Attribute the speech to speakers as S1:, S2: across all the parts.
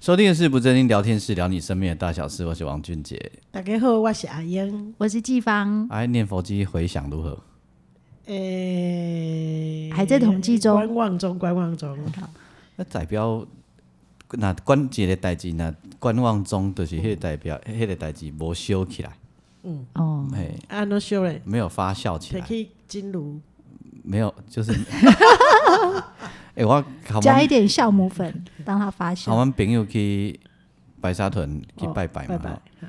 S1: 收听的是不正经聊天室，聊你身边的大小事。我是王俊杰。
S2: 大家好，我是阿英。
S3: 我是季芳，
S1: 哎，念佛机回响如何？
S2: 诶、
S3: 还在统计中
S2: 观望中，观望 中。
S1: 那代表那关键的代志，那观望中就是迄个代表，迄、个代志无烧起来，
S3: 哦，
S1: 嘿，
S2: 啊，那修嘞，
S1: 没有发酵起
S2: 摕
S1: 来，
S2: 去金炉，
S1: 没有， 就是。 哎、我好
S3: 加一
S1: 阮
S3: 点酵母粉，让它发
S1: 好
S3: 酵。
S1: 阮朋友去白沙屯去
S2: 哦
S1: 拜拜嘛，
S2: 拜
S1: 吼
S2: 拜。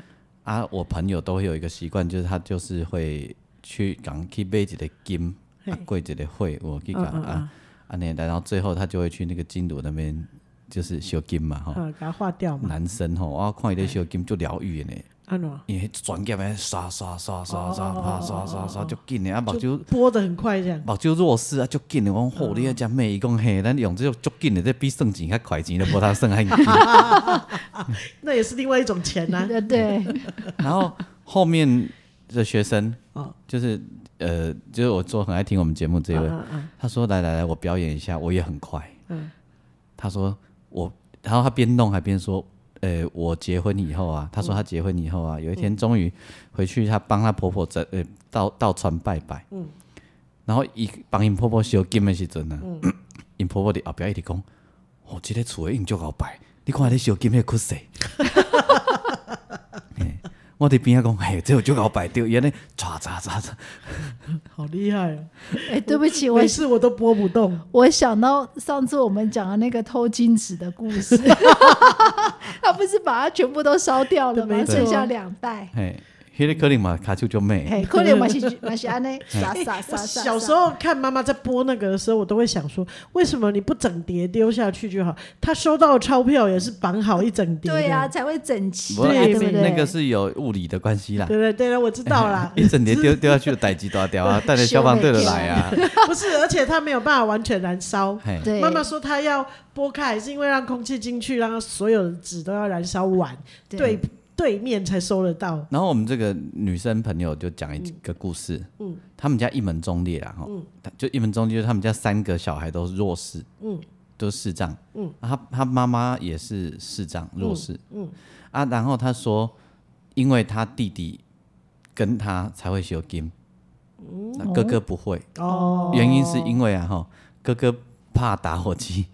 S1: 啊，我朋友都会有一个习惯，就是他就是会去港去买一个金，
S2: 嘿
S1: 啊，过一个会，我去
S2: 嗯
S1: 港
S2: 嗯
S1: 啊，安尼，然后最后他就会去那个金炉那边，就是修金嘛吼。
S2: 嗯，给它化掉嘛。
S1: 男生吼，我看伊咧修金就疗愈的呢，
S2: 啊喏，
S1: 因为迄专业的刷刷刷刷
S2: 哦
S1: 刷刷刷刷刷就紧的啊，目
S2: 就
S1: 睭
S2: 剥的很快这样。
S1: 目睭弱视啊，就紧的。我讲吼，你啊，只
S2: 嗯
S1: 妹伊讲嘿，咱用这种足紧的，这比算钱较快钱都无他算还紧。
S2: 那也是另外一种钱啊 呐、
S3: 呃，对，
S1: 然后后面的学生
S2: 哦，
S1: 就是呃，就是我做很爱听我们节目这一位，
S2: 嗯嗯
S1: 他说：“来来来，我表演一下，我也很快。
S2: 嗯”
S1: 他说：“我。”然后他边弄还边说：“呃，我结婚以后啊，他说他结婚以后啊，有一天终于回去，他帮他婆婆在呃到到船拜拜。嗯，然后伊帮因婆婆烧金的时阵呢， 因、婆婆伫后边一直讲：‘哦，这个厝的因足好拜，你看你烧金迄窟势。嘿我伫边仔讲：‘嘿，这有足好拜对，原来唰唰唰唰。’
S2: 嗯，好厉害哦！
S3: 哎，对不起，我
S2: 每次我都拨不动，
S3: 我想到上次我们讲的那个偷金纸的 故事，他不是把它全部都烧掉了吗？
S2: 对没错
S3: 剩下两袋。
S1: 嘿，迄、个可能嘛，卡手就美。
S3: 哎，可能嘛是嘛是 安尼，傻哎傻
S2: 我
S3: 傻傻。
S2: 啊小时候看妈妈在播那个的时候，我都会想说，为什么你不整叠丢下去就好？她收到的钞票也是绑好一整叠的，
S3: 对呀，才会整齐
S1: 不过
S3: 啊，
S2: 对
S3: 对不
S2: 是
S3: 对？
S1: 那个是有物理的关系啦，
S2: 对，对对啊了，我知道啦
S1: 一整年丢丢下去的代志大掉 啊，带着消防队的来 啊，
S2: 不是，而且它没有办法完全燃烧。
S1: 嘿，
S3: 对
S2: 妈妈说她要拨开，是因为让空气进去，让所有的纸都要燃烧完，对对面才收得到。
S1: 然后我们这个女生朋友就讲一个故事，嗯，他们家一门忠烈啦，哈，她就一门忠烈，就是他们家三个小孩都是弱势，嗯，都是视障，嗯，她她妈妈也是视障弱势，嗯，啊，然后她说，因为她弟弟跟她才会修金，那哥哥不会，
S2: 哦
S1: 原因是因为啊，哈，哥哥怕打火机。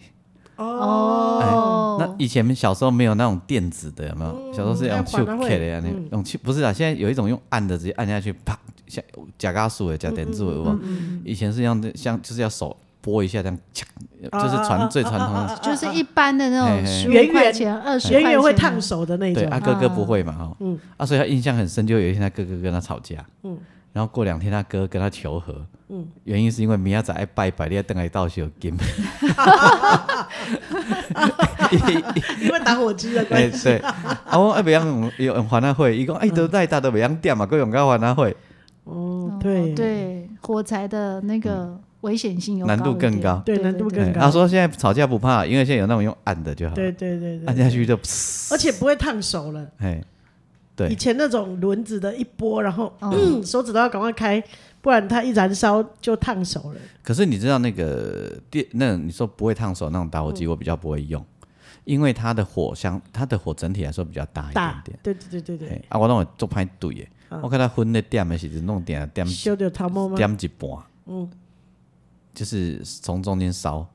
S3: 哦，
S1: 那
S2: 哎
S1: 以前小时候没有那种电子的，有没有？小时候是
S2: 要
S1: 用
S2: 反而
S1: 手
S2: 会
S1: 开的呀，那用手不是啊，现在有一种用按的，直接按下去，啪，像假嘎数的假电子的，有没有以前是用的像就是要手拨一下这样，嚓就是传最传统的。
S2: 啊
S3: 就是一般的那
S1: 嘿
S3: 种
S1: 嘿
S3: 十
S2: 圆
S3: 五
S2: 圆
S3: 块钱、二十块
S2: 远
S3: 钱
S2: 远
S3: 的
S2: 会烫手的那
S1: 对，
S2: 种。
S1: 啊哥哥不会嘛哈，啊所以他印象很深，就有一天他哥哥跟他吵架，然后过两天他哥跟他求和，原因是因为明仔载要拜拜，你要等来到有金，
S2: 因为打火机的关
S1: 哎、
S2: 系。
S1: 对，啊，我爱袂用用用还他会，伊讲哎，都耐大都袂用点嘛，佮用到还他会，
S2: 哦
S3: 哦，
S2: 对
S3: 对，火柴的那个危险性有
S1: 难
S3: 高
S1: 度
S3: 一
S1: 更
S3: 点
S1: 高
S2: 对难度更
S1: 对，
S2: 高
S1: 哎他说现在吵架不怕，因为现在有那种用按的就好，
S2: 嗯对对对
S1: 按
S2: 对，
S1: 下去就，
S2: 而且不会烫手了。
S1: 哎，
S2: 以
S1: 对，
S2: 前那种轮子的一拨，然后、
S3: 哦
S2: 嗯、手指都要赶快开，不然它一燃烧就烫手了。
S1: 可是你知道那个电，那种你说不会烫手那种打火机，我比较不会用，因为它的火箱，它的火整体来说比较大一
S2: 大
S1: 点点，，
S2: 对对对对对，嗯
S1: 哎，啊，我拢会做歹对的，我看他昏咧点的时阵，弄点点
S2: 修掉头毛吗？
S1: 点一半，嗯，就是从中间烧，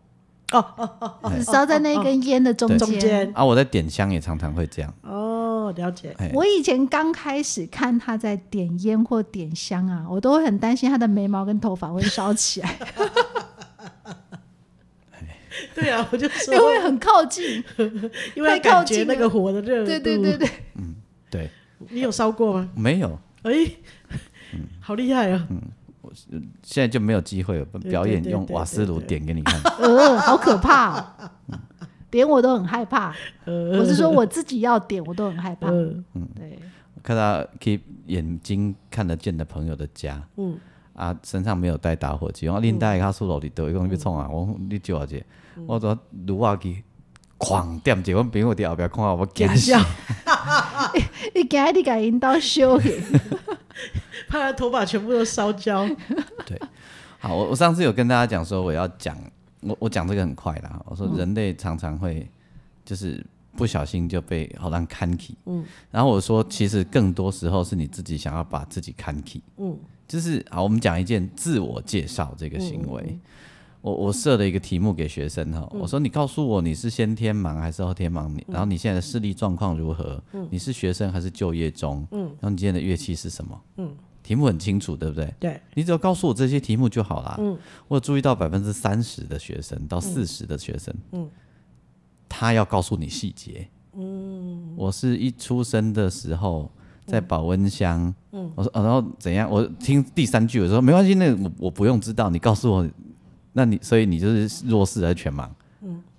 S3: 只哦烧在那根烟的中
S1: 对
S2: 中间
S1: 啊，我在点香也常常会这样。
S2: 哦，了解。
S1: 哎
S3: 我以前刚开始看他在点烟或点香啊，我都会很担心他的眉毛跟头发会烧起来，
S2: 对啊，我就
S3: 因为
S2: 说，
S3: 很靠近。
S2: 因为
S3: 太
S2: 感
S3: 靠
S2: 觉
S3: 近了
S2: 那个火的热度。
S3: 对对对，对，
S1: 对，
S2: 你有烧过吗？
S1: 没有，
S2: 哎、
S1: 嗯
S2: 好厉害啊！
S1: 现在就没有机会有
S2: 对
S1: 表演
S2: 对
S1: 用
S2: 对
S1: 瓦斯炉
S2: 对对
S1: 点给你看。
S3: 呃，好可怕、哦。点我都很害怕。我是说我自己要点我都很害怕。
S2: 嗯
S3: 对，
S1: 看到可以眼睛看得见的朋友的家，嗯，啊，身上没有带打火机，我另带一个手里头，伊讲要创啊，我讲你借我者，我说撸下去，狂点者，阮朋友伫后壁看到我惊
S2: 见
S1: 死
S2: 笑，，
S3: 你给你给引导修去，
S2: 怕他头发全部都烧 焦。
S1: 对，好，我我上次有跟大家讲说我要讲，我我讲这个很快啦，我说人类常常会就是不小心就被好像看起，嗯，然后我说其实更多时候是你自己想要把自己看起，
S2: 嗯
S1: 就是好，我们讲一件自我介绍这个行为。我我设了一个题目给学生哈，我说你告诉我你是先天盲还是后天盲，你然后你现在的视力状况如何？你是学生还是就业中？嗯，然后你今天的乐器是什么？嗯，题目很清楚，对不对？
S2: 对，
S1: 你只要告诉我这些题目就好啦。我有注意到百分之三十的学生到四十的学生，他要告诉你细节。我是一出生的时候在保温箱，我说、哦，然后怎样？我听第三句我说没关系，那个我我不用知道，你告诉我，那你所以你就是弱视还是全盲？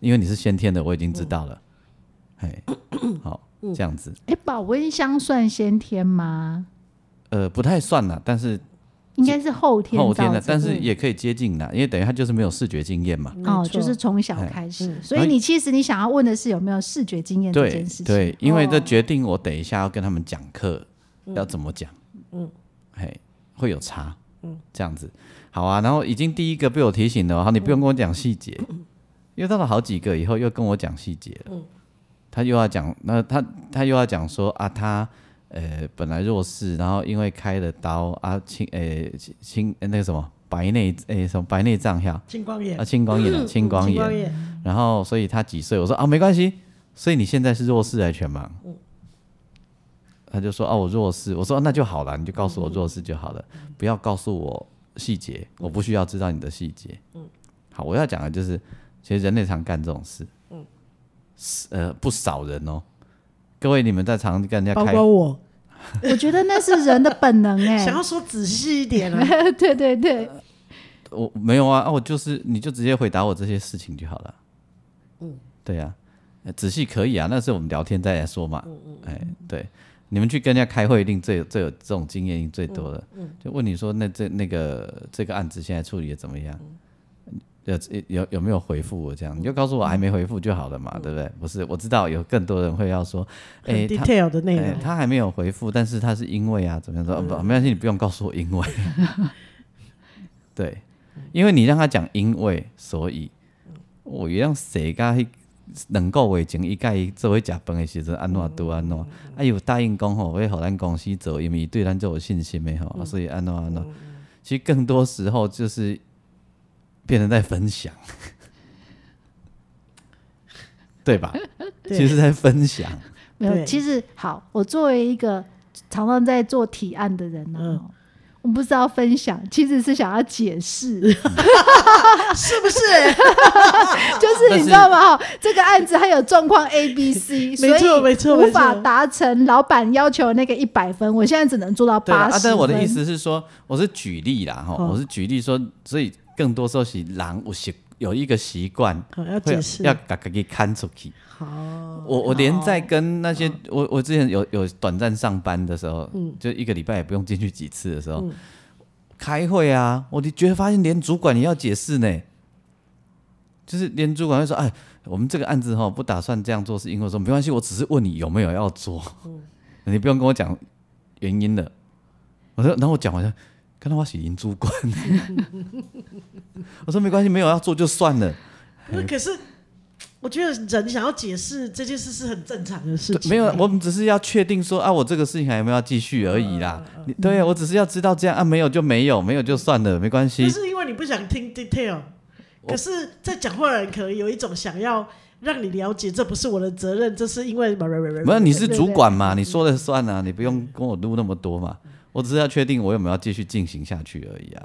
S1: 因为你是先天的，我已经知道了。哎、好，这样子，
S3: 哎，保温箱算先天吗？
S1: 呃，不太算了，但是
S3: 应该是后天
S1: 后天
S3: 造
S1: 的，
S3: 成
S1: 但是也可以接近啦，因为等于他就是没有视觉经验嘛。
S3: 哦
S2: 没，错
S3: 就是从小
S1: 哎
S3: 开始，
S2: 嗯
S3: 所以你其实你想要问的是有没有视觉经验这
S1: 对
S3: 件事情。
S1: 对，因为这
S3: 哦
S1: 决定我等一下要跟他们讲课、要怎么讲，嗯，嘿，会有差，嗯，这样子，好啊。然后已经第一个被我提醒了，好，你不用跟我讲细节，因为到了好几个以后又跟我讲细节了，他又要讲，那他他又要讲说啊，他呃本来弱视，然后因为开了刀啊，青呃青青呃那个什么白内呃什么白内障呀，
S2: 青光眼
S1: 啊，青光眼啊，青光
S2: 青
S1: 眼
S2: 光，眼，
S1: 然后所以他几岁？我说啊，没关系。所以你现在是弱视还是全盲？
S2: 嗯
S1: 他就说啊，我弱视。我说、啊那就好了，你就告诉
S2: 嗯
S1: 我弱视就好了，不要告诉我细节，我不需要知道你的细节。嗯，好，我要讲的就是，其实人类常干这种事。嗯，呃，不少人哦。各位，你们在常跟人家
S2: 包
S1: 开
S2: 括我，
S3: 我觉得那是人的本能哎、
S2: 想要说仔细一点啊，
S3: 对对对，
S2: 呃
S1: 我没有啊，啊，我就是你就直接回答我这些事情就好了。嗯，对呀、呃仔细可以啊，那是我们聊天再来说嘛。嗯嗯，哎，对，你们去跟人家开会一定最有最有这种经验一定最多的。嗯，就问你说那这那个这个案子现在处理的怎么样？有有有没有回复我这样？你就告诉我还没回复就好了嘛，对不对？不是，我知道有更多人会要说，
S2: 很
S1: 哎、他
S2: detail 的内
S1: 哎
S2: 容。嗯
S1: 他还没有回复，但是他是因为啊，怎么样说？啊不，没关系，你不用告诉我因为。 对，因为你让他讲因为，所以我也让谁甲迄两个月前伊甲伊做伙食饭的时阵安怎
S2: 嗯
S1: 拄安怎，啊伊有答应讲吼，要互咱公司做，因为伊对咱做有信心的吼，
S2: 嗯
S1: 啊所以安怎安怎。其实更多时候就是变成在分享， 对吧？
S2: 对
S1: 其实在分享。
S3: 没有。
S2: 对
S3: 其实好，我作为一个常常在做提案的人呢、啊
S2: 嗯
S3: 我们不是要分享，其实是想要 解释，
S1: 哎
S2: 是 不是？
S3: 就是你知道吗？哈，这个案子它有状况 A、B、C，所
S2: 没错
S3: 以
S2: 没错
S3: 无法
S2: 没错
S3: 达成老板要求那个一百分，我现在只能做到
S1: 对啊，
S3: 八
S1: 啊
S3: 十、
S1: 但是我的意，思是说，我是举例啦，哈、
S2: 哦
S1: 我是举例说，所以更多时候是狼有习有一个习惯，
S2: 好，要
S1: 会啊
S2: 解释。
S1: 要把自己看出去。
S2: 好，
S1: 我我连在跟那些、我我之前有有短暂上班的时候，
S2: 嗯
S1: 就一个礼拜也不用进去几次的时候，开会啊，我就觉得发现连主管也要解释呢，就是连主管会说，哎，我们这个案子哈不打算这样做，是因为说没关系，我只是问你有没有要做，
S2: 嗯
S1: 你不用跟我讲原因的。我说，然后我讲完了，看到我写银 主管，我说没关系，没有要做就算了。
S2: 那可是我觉得人想要解释这件事是很正常的事
S1: 对
S2: 情。欸
S1: 没有，我们只是要确定说啊，我这个事情还有没有要继续而
S3: 嗯
S1: 已啦。你对啊，我只是要知道这样啊，没有就没有，没有就算了，没关系
S2: 那。是因为你不想听 detail。可是，在讲话的人可能有一种想要让你了解，这不是我的责任，这是因为……
S1: 没有，你是
S3: 对
S1: 主
S3: 对嗯
S1: 管嘛，你说了算啊，你不用跟我录那么多嘛。我只是要确定我有没有要继续进行下去而已啊。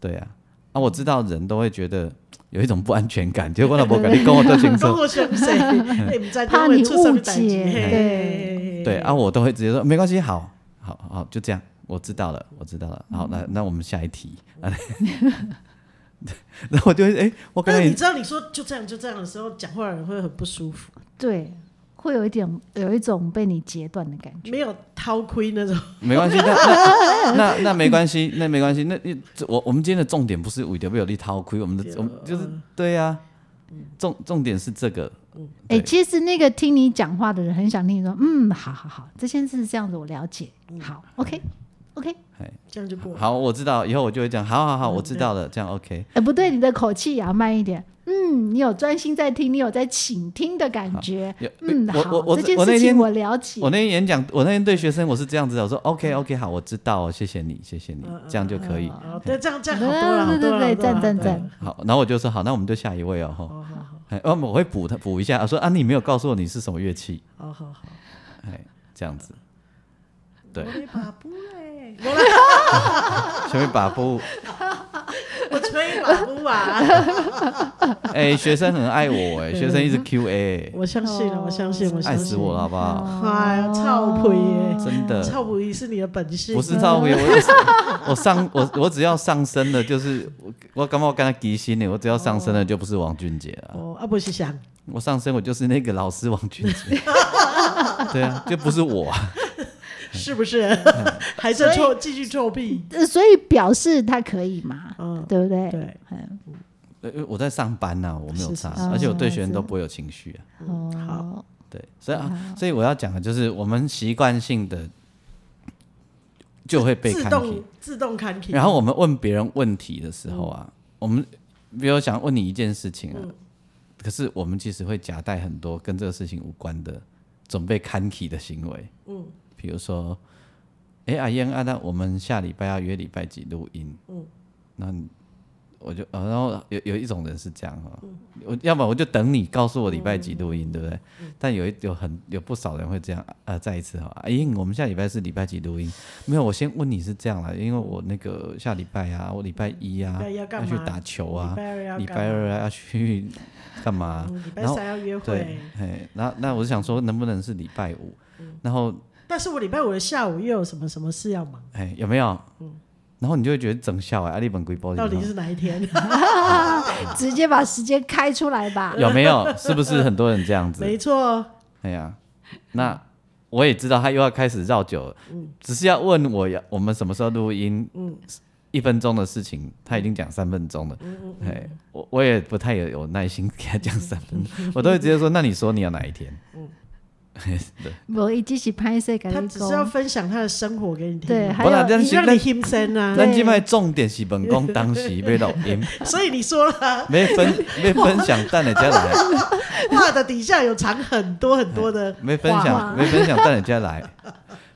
S1: 对啊，
S3: 嗯
S1: 啊，我知道人都会觉得有一种不安全 感，结果老婆感觉跟我都 清
S2: 包
S1: 楚。
S2: 括像谁，哎你在
S3: 怕
S2: 跟我
S3: 你
S2: 出什么
S3: 误
S2: 代
S3: 解
S2: 志嘿
S3: 对
S1: 对啊，我都会直接说没关系，好好
S3: 嗯
S1: 好，就这样，我知道了，我知道了。好，那那我们下一题。然后我就会哎，我刚
S2: 但
S1: 才
S2: 是
S1: 也
S2: 你知道，你说就这样就这样的时候，讲话的人会很不舒服，
S3: 对，会有一点有一种被你截断的感觉。
S2: 没有掏亏那种。
S1: 没关系，那那 那那没关系，那没关系，那那这我我们今天的重点不是为了被你掏亏，我们的我们就是对呀、重重点是这个，
S3: 哎、
S1: 对
S3: 其实那个听你讲话的人很想听你说，嗯，好好好，这件事是这样子，我了解，
S1: 嗯
S3: 好，OK，OK，、
S1: 哎，
S2: 这样就过了。
S1: 好，我知道，以后我就会讲，好好好，我知道了，这样 OK，
S3: 哎、不对，你的口气也要慢一点，嗯，你有专心在听，你有在倾听的感觉
S1: 有，
S3: 嗯，
S1: 我
S3: 好
S1: 我，我
S3: 这件
S1: 我那
S3: 事
S1: 天
S3: 情我了解，
S1: 我那天演讲，我那天对学生我是这样子的，我说 OK OK 好，我知道，谢谢你，谢谢你
S2: 嗯，
S1: 这样就可以。
S2: 好，对，这样这样好多了，好
S3: 对对
S2: 多了，好
S3: 对
S2: 多了
S3: 赞赞
S2: 好多了
S3: 赞
S1: 好，然后我就说好，那我们就下一位哦，吼
S2: 好好好，
S1: 哎，哦，我会补他补一下，我说啊，你没有告诉我你是什么乐器，
S2: 好好好。
S1: 哎，这样子，对
S2: 我，的把布嘞，
S1: 前面把布，
S2: 我吹把布啊！
S1: 哎，学生很爱我，哎，学生一直 Q A，
S2: 我相信了，我相信，我
S1: 爱
S2: 相
S1: 死
S2: 信。
S1: 我了，好不好？
S2: 哎呀，臭屁耶！
S1: 真的
S2: 臭不一是哦你的本性。啊
S1: 不是赵辉， 我我上我我只要上升了，就是我我感觉我刚才提心呢，我只要上升了就不是王俊杰了，
S2: 哦，啊不是想，
S1: 我上升我就是那个老师王 俊杰， 对啊，就不是我啊，
S2: 是不是？ 还在臭，继续臭屁。
S3: 呃所以表示他可以嘛，
S2: 嗯，
S3: 对不对？
S2: 对，
S3: 嗯，
S1: 呃我在上班呐、我没有
S2: 是
S1: 差，
S3: 是是
S1: 而且我对学生都不会有情绪啊，
S3: 哦，
S1: 对，所以啊，
S2: 哦
S1: 所以我要讲的就是我们习惯性的就会被
S2: 自
S1: 看
S2: 动
S1: 见，
S2: 自动看题。
S1: 然后我们问别人问题的时候啊，我们比如想问你一件事情啊，可是我们其实会夹带很多跟这个事情无关的准备看题的行为，
S2: 嗯
S1: 比如说，哎、阿燕啊，那我们下礼拜要约礼拜几录音？
S2: 嗯
S1: 那你我就、啊，然后有有一种人是这样哈、
S2: 嗯
S1: 我要不然我就等你告诉我礼拜几录音，对不对？
S2: 嗯
S1: 但有一有很有不少人会这样，呃，再一次哈，阿、燕，我们下礼拜是礼拜几录音？没有，我先问你是这样啦，因为我那个下礼拜啊，我礼拜一啊
S2: 礼拜一要干嘛
S1: 去打球啊
S2: 礼，拜二要
S1: 礼
S2: 干嘛
S1: 拜二啊 要去干嘛啊、
S2: 嗯礼拜
S1: 然后
S2: 三要约
S1: 对
S2: 会，，
S1: 嘿，那那我就想说，能不能是礼拜五？
S2: 嗯
S1: 然后
S2: 但是我礼拜五的下午又有什么什么事要忙？
S1: 哎、有没有？然后你就会觉得整笑哎、啊，你本鬼包
S2: 嗯到底是哪一天？
S3: 直接把时间开出来吧。
S1: 有没有？是不是很多人这样 子？
S2: 没错，
S1: 哎呀，那我也知道他又要开始绕酒了，
S2: 嗯
S1: 只是要问我要我们什么时候录音？一分钟的事情，他已经讲三分钟了。
S2: 嗯
S1: 哎，我我也不太有有耐心给他讲三分
S2: 嗯
S1: 钟， 我都会直接说，那你说你要哪一天？ 对，
S3: 我一起拍摄，
S2: 他只是要分享他的生活给你听。
S3: 对，还
S1: 不然这
S3: 有
S1: 样
S2: 你
S1: 是
S2: 让
S1: 咱
S2: 你心生啊，
S1: 咱今麦重点是本宫当时被录音，
S2: 所以你说了，
S1: 没分没分享蛋的家来。
S2: 话的底下有藏很多很多 的
S1: 哎没分
S3: 哇
S1: 享，没分享带人家来。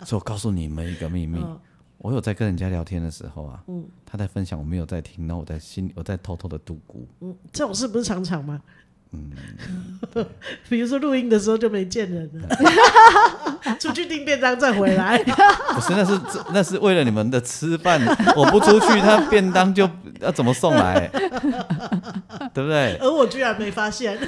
S1: 所以我告诉你们一个秘密，
S2: 嗯
S1: 我有在跟人家聊天的时候啊，他在分享，我没有在听，然后我在心，我在偷偷的度孤。
S2: 这种事不是常常吗？嗯， 比如说录音的时候就没见人 了，出去订便当再回来，
S1: 不是，那是 那是为了你们的吃饭，我不出去，他便当就要怎么送 来，对不对？
S2: 而我居然没发现，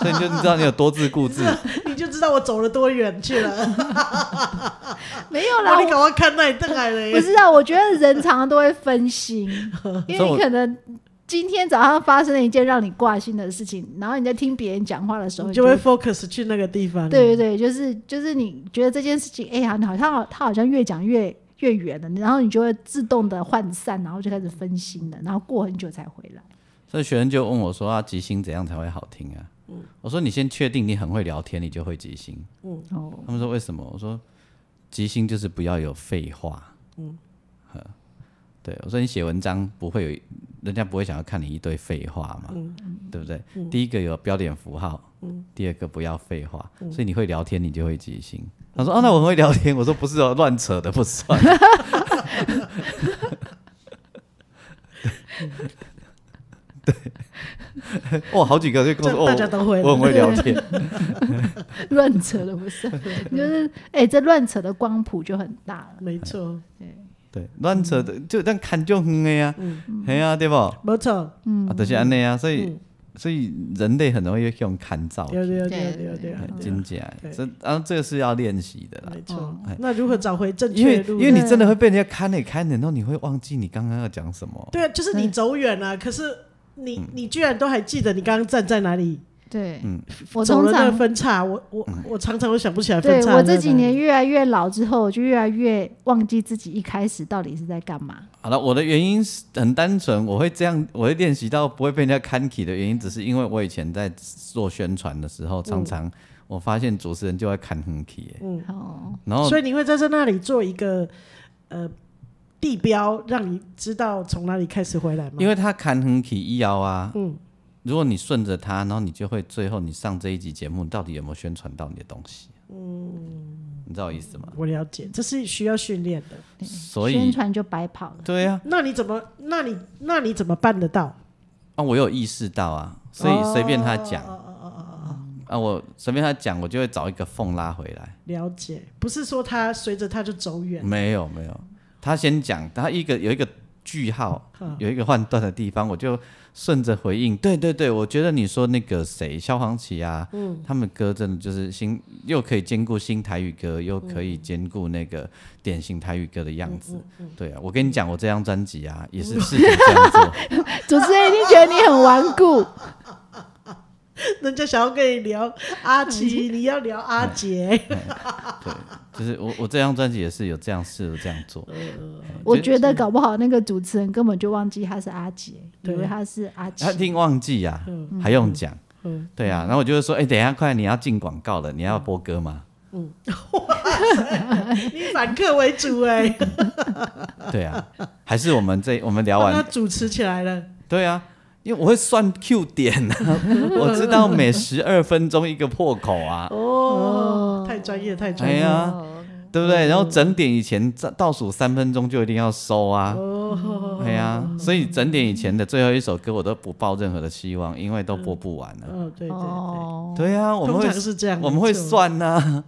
S1: 所以你就知道你有多自顾自。
S2: 你就知道我走了多远去了。哦
S3: 没有啦
S2: 那，你赶快看那里邓来了
S3: 不
S2: 耶，
S3: 是啊，我觉得人常常都会分 心，因为你可能今天早上发生了一件让你挂心的事情，然后你在听别人讲话的时候，
S2: 你
S3: 你
S2: 就
S3: 就
S2: 会
S3: 会
S2: focus 去那个地方。
S3: 对对对，就是就是你觉得这件事情，哎呀，你好像他好像越讲越越远了，然后你就会自动的涣散，然后就开始分心了，然后过很久才回来。
S1: 所以学生就问我说：“啊，即兴怎样才会好听啊？”
S2: 嗯
S1: 我说：“你先确定你很会聊天，你就会即兴。”
S2: 嗯
S3: 哦，
S1: 他们说为什么？我说即兴就是不要有废话。嗯，对，我说你写文章不会有，人家不会想要看你一堆废话嘛，
S2: 嗯
S1: 对不对？第一个有标点符号，第二个不要废话，
S2: 嗯
S1: 所以你会聊天，你就会即兴。他说：“哦，那我很会聊天。”我说：“不是哦，乱扯的 不算。对”对，哇，好几个就跟我
S2: 这
S1: 说：“
S2: 大家
S1: 哦，
S2: 都会
S1: 我我很
S2: 了。
S1: 会聊天。”
S3: 乱扯的不是， 就是哎、这乱扯的光谱就很大了。
S2: 没错，
S1: 对，乱扯的
S2: 嗯
S1: 就咱看就远的呀、嘿呀、对不？啊，
S2: 没错，
S1: 就是安尼啊，所以、所以人类很容易用看照，
S2: 嗯对对对
S3: 对
S2: 对对
S1: 嘿
S2: 对，
S1: 真假的
S2: 对
S1: 这啊这个是要练习的啦，
S2: 没错
S1: 哎。
S2: 那如何找回正
S1: 因为
S2: 确的路
S1: 因
S2: 呢？
S1: 为你真的会被人家看你看你，然后你会忘记你刚刚要讲什么，
S2: 对啊，就是你走远了，可是你你居然都还记得你刚刚站在哪里，
S3: 对，
S1: 嗯
S3: 我
S2: 走
S3: 通
S2: 了那
S3: 常
S2: 个分岔，我我我常常都想不起来分
S3: 对
S2: 岔。
S3: 我这几年，越来越老之后，我就越来越忘记自己一开始到底是在干嘛。
S1: 好了，我的原因是很单纯，我会这样，我会练习到不会被人家看起的原因，只是因为我以前在做宣传的
S2: 嗯
S1: 时候，常常我发现主持人就会看很起、欸，
S3: 哦，
S1: 然后
S2: 所以你会在这那里做一个呃地标，让你知道从哪里开始回来吗？为
S1: 因为他看很起一腰啊，
S2: 嗯
S1: 如果你顺着他，然后你就会最后你上这一集节目到底有没有宣传到你的东西，嗯，你知道我意思吗？
S2: 我了解，这是需要训练的。
S1: 所
S3: 宣
S1: 以
S3: 传就白跑了。
S1: 对啊呀、
S2: 那你怎么？那你那你怎么办得到？
S1: 啊，我有意识到啊，所以随便他讲，啊，我随便他讲，我就会找一个缝拉回来。
S2: 了解，不是说他随着他就走远。
S1: 没有没有，他先讲，他一个有一个句号，有一个换段的地方，我就顺着回应。对对对，我觉得你说那个谁，萧煌奇啊，
S2: 嗯
S1: 他们歌真的就是新，又可以兼顾新台语
S2: 嗯
S1: 歌，又可以兼顾那个典型台语歌的样
S2: 嗯
S1: 子。对啊，我跟你讲，我这张专辑啊，也是试图这样做。
S3: 主持人一定觉得你很顽 固，
S2: 人家想要跟你聊阿
S1: 嗯
S2: 奇，你要聊阿杰。
S1: 对，就是我我这张专辑也是有这样试图这样做。
S2: 嗯
S3: 我觉得搞不好那个主持人根本就忘记他是阿杰，以
S2: 对
S3: 为他是阿
S1: 他
S3: 奇。
S1: 听忘记呀、还用讲？
S2: 嗯
S1: 对啊，然后我就会说，哎、等一下，快，你要进广告了，你要播歌吗？
S2: 你反客为主哎、
S1: 对啊，还是我们这我们聊
S2: 帮他
S1: 完，
S2: 主持起来了。
S1: 对啊，因为我会算 Q 点 啊，我知道每十二分钟一个破口啊，
S2: 哦
S3: 哦，
S2: 太专业，太专
S1: 哎
S2: 业。
S1: 呀，对
S2: 嗯
S1: 不对？然后整点以前在倒数三分钟就一定要收啊，
S2: 哦，
S1: 对啊，所以整点以前的最后一首歌我都不抱任何的希望，因为都播不完了。
S2: 哦，对对对，
S3: 哦，
S1: 对啊，我们
S2: 通
S1: 会
S2: 常是这样，
S1: 我们会
S2: 没错。
S1: 算呐、 啊。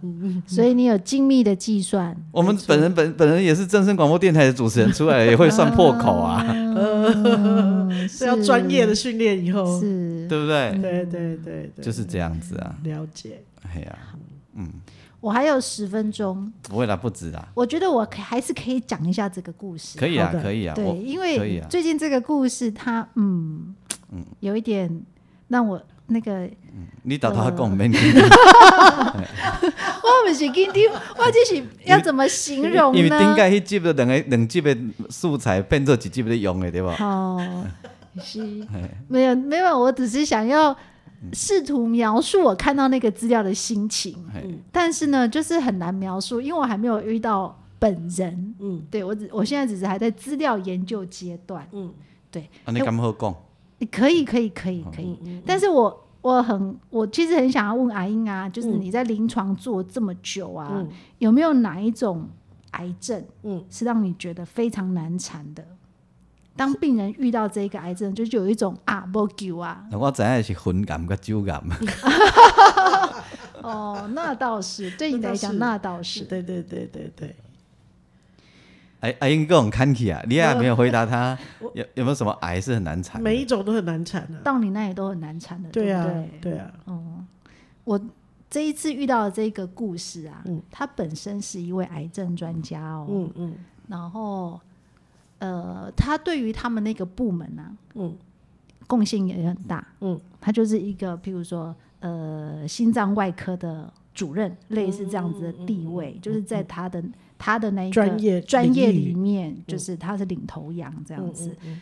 S3: 所以你有精密的计算。
S1: 我们本人本本人也是正声广播电台的主持人，出来也会算破口 啊，
S3: 嗯
S2: 是要专业的训练以后，
S3: 是
S1: 对不对？
S2: 对对对对，
S1: 就是这样子啊，
S2: 了解。
S1: 哎呀，
S3: 我还有十分钟，
S1: 不会啦，不止啊啦，
S3: 我觉得我可还是可以讲一下这个故事。
S1: 可以啊
S2: 好，的
S1: 可以啊，
S3: 对，
S1: 我
S3: 因
S1: 可以
S3: 为
S1: 啊
S3: 最近这个故事它，嗯有一点让我那个，
S1: 你打
S3: 呃
S1: 他讲没？
S3: 我不是跟你，我这是要怎么形容啊
S1: 因为顶
S3: 呢？
S1: 盖迄集的两个两集的素材变做一集的用的，对吧？
S3: 哦，是没有没有，我只是想要试图描述我看到那个资料的心情，
S1: 嘿
S2: 嗯
S3: 但是呢，就是很难描述，因为我还没有遇到本人。
S2: 嗯
S3: 对我只我现在只是还在资料研究阶段。
S2: 嗯
S3: 对，
S1: 啊，你敢好讲？
S3: 你可以，可以，可以，
S2: 嗯
S3: 可以。
S1: 哦
S3: 但是我我很我其实很想要问阿英啊，就是
S2: 嗯
S3: 你在临床做这么久啊，
S2: 嗯
S3: 有没有哪一种癌症，
S2: 嗯
S3: 是让你觉得非常难缠的？当病人遇到这个癌症，就是有一种啊，不救啊，
S1: 那我知影是魂感跟酒感，
S3: 嗯哦，那倒是，对你来讲，那
S2: 那
S3: 倒
S2: 是
S3: 是，
S2: 对对对对对，
S1: 哎哎，英哥很看起啊，你也没有回答 他，有有没有什么癌是很难缠的？
S2: 每一种都很难产啊。
S3: 到你那里都很难缠的，
S2: 对
S3: 不
S2: 啊
S3: 对，哦
S2: 对啊，
S3: 我这一次遇到的这个故事啊，
S2: 嗯
S3: 他本身是一位癌症专家哦，
S2: 嗯嗯
S3: 然后呃，他对于他们那个部门啊，
S2: 嗯
S3: 贡献也很大，
S2: 嗯，
S3: 他就是一个譬如说呃心脏外科的主任，类似这样子的地
S2: 嗯
S3: 位，就是在他的他的那一个
S2: 专业
S3: 专业
S2: 领域
S3: 里面，就是他是领头羊这样
S2: 嗯
S3: 子。
S2: 嗯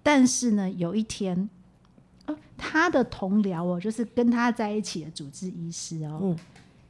S3: 但是呢，有一天，哦，他的同僚哦，就是跟他在一起的主治医师哦，
S2: 嗯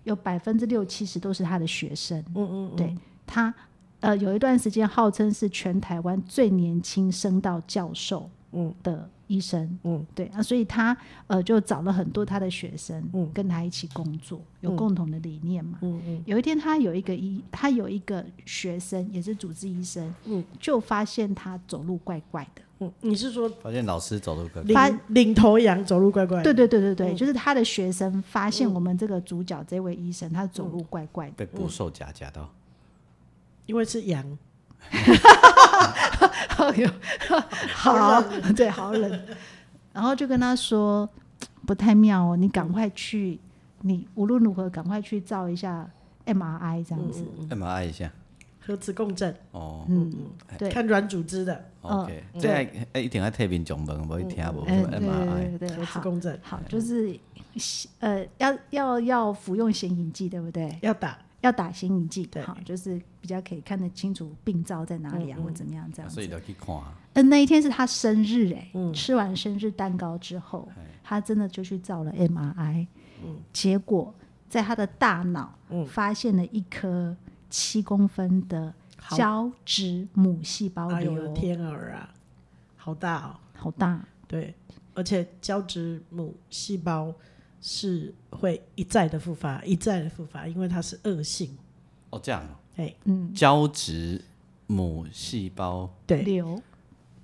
S3: 有百分之六七十都是他的学生。
S2: 嗯嗯嗯，
S3: 对他，呃，有一段时间号称是全台湾最年轻升到教授
S2: 嗯
S3: 的医生。
S2: 嗯，
S3: 对啊，所以他呃就找了很多他的学生，
S2: 嗯
S3: 跟他一起工作，有
S2: 嗯
S3: 共同的理念嘛。
S2: 嗯嗯
S3: 有一天，他有一个医，他有一个学生也是主治医生，
S2: 嗯，
S3: 就发现他走路怪怪的。
S2: 嗯，你是说
S1: 发现老师走路个，
S2: 领
S3: 发
S2: 领头羊走路怪怪？嗯
S3: 对，对对对对，就是他的学生发现我们这个主角这位医生，他
S2: 嗯
S3: 走路怪怪的，
S1: 被捕兽夹夹到，
S2: 因为是羊，
S3: 好对，好冷。然后就跟他说不太妙哦，你赶快去，你无论如何赶快去照一下 MRI 这样子。
S1: 哎干嘛按一下？
S2: 核磁共振，
S1: 哦
S3: 嗯对
S2: 看软组织的
S3: 哦
S1: ，OK，
S2: 嗯
S1: 这样哎一定要特别中文，无听无
S3: 哎
S1: 什么
S3: 对
S1: MRI，
S3: 对
S2: 核
S3: 对，
S2: 磁
S3: 好，
S2: 共振
S3: 好，就是呃，要要要服用显影剂，对不对？
S2: 要打，
S3: 要打显影剂
S2: 对，
S3: 好，就是比较可以看得清楚病灶在哪里啊，或怎么样这样子
S1: 所。以就去看啊，
S3: 嗯、那一天是他生日哎、
S2: 嗯
S3: 吃完生日蛋糕之后，
S2: 哎
S3: 他真的就去照了 MRI，、结
S2: 嗯
S3: 果在他的大脑发现了一颗七公分的
S2: 好
S3: 胶质母细胞
S2: 哎呦我
S3: 瘤，
S2: 的天儿啊，好大哦，
S3: 好大，
S2: 对，而且胶质母细胞是会一再的复发，一再的复发，因为它是恶性，
S1: 哦这样哦，
S2: 哎，
S3: 嗯
S1: 胶质母细胞
S2: 对
S3: 瘤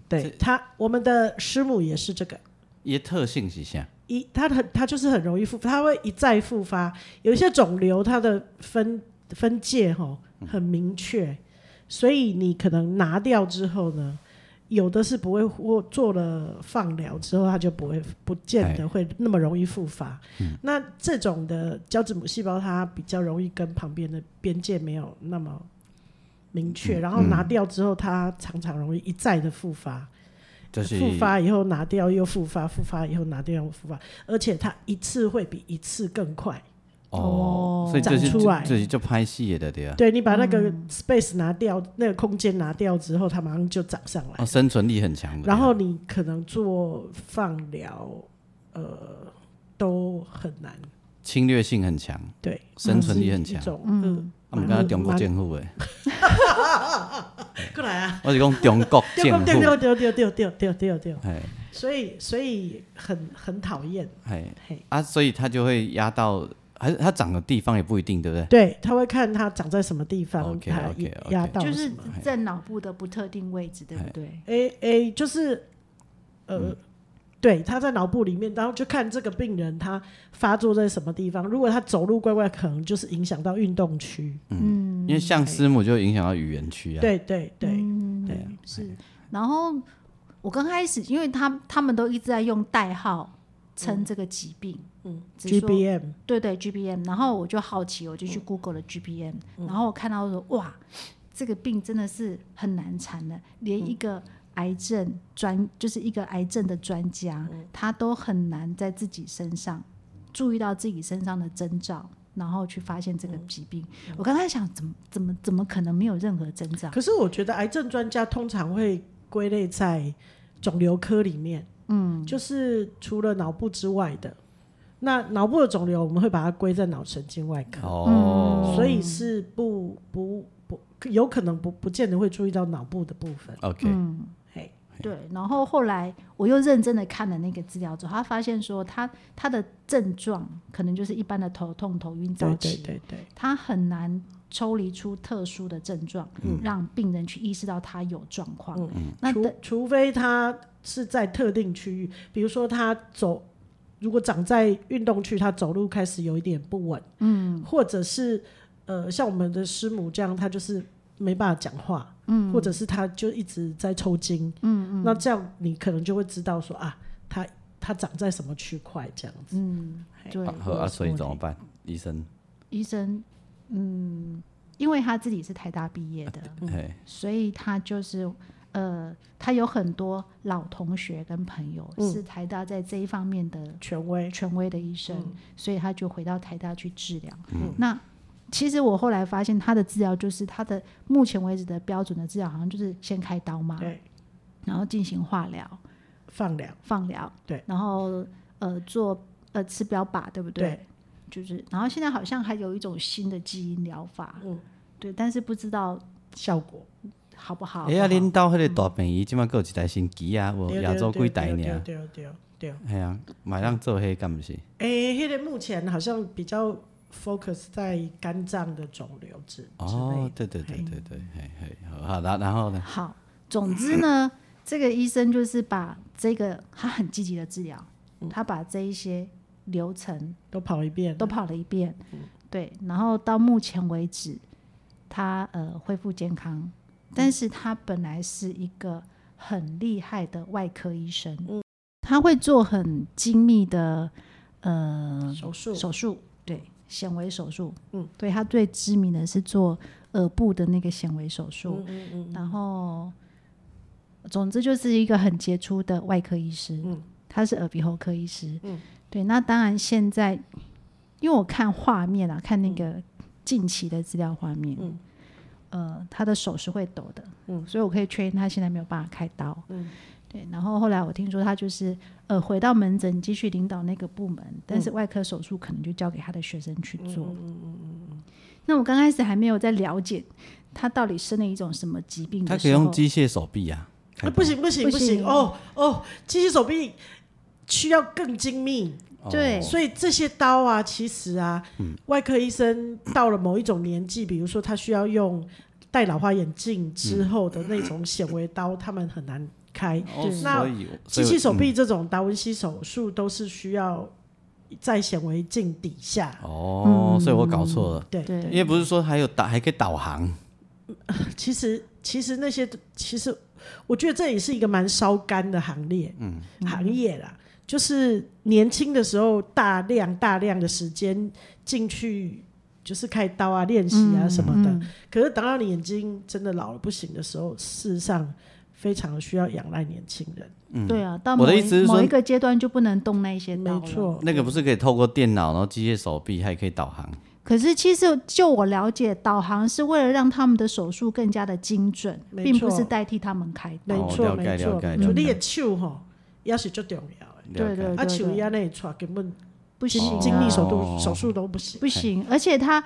S2: 对，它我们的师母也是这个。
S1: 伊特性是啥？
S2: 一，它很，它就是很容易复，它会一再复发。有一些肿瘤，它的分分界哈很明确，所以你可能拿掉之后呢，有的是不会或做了放疗之后，它就不会不见得会那么容易复发。那这种的胶质母细胞，它比较容易跟旁边的边界没有那么明确，然后拿掉之后，它常常容易一再的复发。
S1: 就是
S2: 复发以后拿掉又复发，复发以后拿掉又复发，而且它一次会比一次更快。
S1: 哦，所以
S2: 长
S1: 这是
S2: 出来
S1: 这是就拍戏的对啊，
S2: 对你把那个 space 拿掉，那个空间拿掉之后，它马上就长上来。
S1: 哦，生存力很强的。
S2: 然后你可能做放疗，呃，都很难。
S1: 侵略性很强，
S2: 对，
S1: 生存力很
S2: 它是一
S1: 强。啊
S2: 种嗯，
S1: 我们刚刚中国政府诶，
S2: 过来啊！
S1: 我是讲中国
S2: 丢
S1: 政
S2: 丢
S1: 府，
S2: 丢丢丢丢丢丢丢丢，
S1: 哎
S2: 所以所以很很讨厌。
S1: 哎
S2: 嘿，
S1: 啊，所以它就会压到，还是它长的地方也不一定，对不对？
S2: 对，他会看它长在什么地方，它
S1: OK，OK，OK
S2: 压到
S3: 就
S2: 什
S3: 是
S2: 么哎
S3: 在脑部的不特定位置，对不对？
S2: 诶诶，就是呃，对，他在脑部里面，然后就看这个病人他发作在什么地方。如果他走路怪怪，可能就是影响到运动区。
S1: 因为像师母就影响到语言区啊。
S2: 嗯对对对，对
S3: 嗯，是。然后我刚开始，因为他他们都一直在用代号
S2: 嗯
S3: 称这个疾病，嗯
S2: ，GBM
S3: 对对 GBM，然后我就好奇，我就
S2: 嗯
S3: 去 Google 了 GBM，、然后我看到说哇，这个病真的是很难缠的，连
S2: 嗯
S3: 一个癌症专就是一个癌症的专家，
S2: 嗯
S3: 他都很难在自己身上注意到自己身上的征兆。然后去发现这
S2: 嗯
S3: 个疾病，我刚才想怎么怎么怎么可能没有任何征兆？
S2: 可是我觉得癌症专家通常会归类在肿瘤科里面，嗯，就是除了脑部之外的。那脑部的肿瘤，我们会把它归在脑神经外科，
S1: 哦
S2: 所以是不不不，有可能不不见得会注意到脑部的部分。
S1: ，OK，
S2: 嘿，
S3: 对，然后后来我又认真的看了那个资料之后，他发现说他他的症状可能就是一般的头痛、头晕、
S2: 对
S3: 早
S2: 对
S3: 起，
S2: 对对。
S3: 他很难抽离出特殊的症状，让病人去意识到他有状况。那
S2: 除
S3: 等
S2: 除非他是在特定区域，比如说他走，如果长在运动区，他走路开始有一点不稳，嗯，或者是呃，像我们的师母这样，他就是没办法讲话，嗯，或者是他就一直在抽筋，嗯嗯，那这样你可能就会知道说啊，他他长在什么区块这样子，
S3: 嗯对
S1: 啊
S2: 嗯
S1: 好啊，所以怎么办？医生，
S3: 医生，嗯，因为他自己是台大毕业的，
S2: 嗯
S1: 嘿，
S3: 所以他就是呃，他有很多老同学跟朋友、是台大在这一方面的
S2: 权威，
S3: 权威的医生，
S2: 嗯
S3: 所以他就回到台大去治疗。
S1: 嗯
S3: 那其实我后来发现他的治疗就是他的目前为止的标准的治疗，好像就是先开刀嘛，
S2: 对，
S3: 然后进行化疗、
S2: 放疗，
S3: 放疗，
S2: 对，
S3: 然后呃做呃吃标靶，对不对？就是，然后现在好像还有一种新的基因疗法，
S2: 嗯
S3: 对，但是不知道
S2: 效果，
S3: 好不好。
S1: 哎呀，
S3: 好不好
S1: 恁兜迄个大病医，即马有一台新机啊，无
S2: 对
S1: 亚洲几台
S2: 对
S1: 尔，
S2: 对对对对。
S1: 系啊，买人做迄敢毋是？
S2: 诶、迄、哎个目前好像比较 focus 在肝脏的肿瘤之之类
S1: 哦
S2: 的，，
S1: 对对对对对，嘿嘿，好好，然然后呢？
S3: 好，总之 呢，这个医生就是把这个他很积极的治疗，
S2: 嗯
S3: 他把这一些流程
S2: 都跑一遍。
S3: 都跑了一遍，
S2: 嗯
S3: 对，然后到目前为止，他呃恢复健康，但是他本来是一个很厉害的外科医生，
S2: 嗯
S3: 他会做很精密的呃
S2: 手术
S3: 手术，对，显微手术，
S2: 嗯，
S3: 对他最知名的是做耳部的那个显微手
S2: 嗯
S3: 术，然后总之就是一个很杰出的外科医师，他是耳鼻喉科医师，对，那当然现在因为我看画面啊，看那个近期的资料画面，呃，他的手是会抖的，
S2: 嗯
S3: 所以我可以确认他现在没有办法开刀，对，然后后来我听说他就是呃回到门诊继续领导那个部门，但
S2: 嗯
S3: 是外科手术可能就交给他的学生去做。
S2: 嗯
S3: 那我刚开始还没有在了解他到底生了一种什么疾病
S1: 他
S3: 的
S1: 可以
S3: 时候
S1: 用，机械手臂啊，
S2: 啊，不行不行
S3: 不
S2: 不行
S3: 行
S2: 哦哦，机械手臂需要更精密，
S1: 哦嗯
S3: 对
S2: 所以这些刀啊，其实啊，外科医生到了某一种年纪，比如说他需要用戴老花眼
S1: 嗯
S2: 镜之后的那种显微刀，他们很难开。
S1: 哦
S3: 对
S2: 那
S1: 所以
S2: 机
S1: 所以
S2: 器手
S1: 嗯
S2: 臂这种达文西手术都是需要在显微镜底下，
S1: 哦，所以我搞错了，
S2: 对
S3: 嗯对
S1: 因为不是说还有导还可以导航，
S2: 其实其实那些其实我觉得这也是一个蛮烧干的行列，嗯，行业啦，就是年轻的时候大量大量的时间进去。就是开刀啊、练习啊
S3: 嗯
S2: 什么的，可是等到你眼睛真的老了不行的时候，事实上非常需要仰赖年轻人。
S3: 对啊，到
S1: 嗯我
S3: 某
S1: 的
S3: 一
S1: 意思是说
S3: 某一个阶段就不能动那一些刀
S2: 没
S3: 了。
S2: 错，
S1: 那个不是可以透过电脑，然后机械手臂还可以导航，
S3: 可是其实就我了解，导航是为了让他们的手术更加的精准，
S2: 没
S3: 并不
S2: 错
S3: 是代替他们开刀。
S2: 没错
S1: 哦
S2: 没错
S1: 了解了解，
S2: 就
S1: 了解
S2: 你的手吼，也是最重要的。
S1: 了解
S3: 对对
S2: 啊，手压那一出根本
S3: 不行啊、
S2: 精密手
S1: 哦
S2: 术手术都不行。
S3: 不行，而且他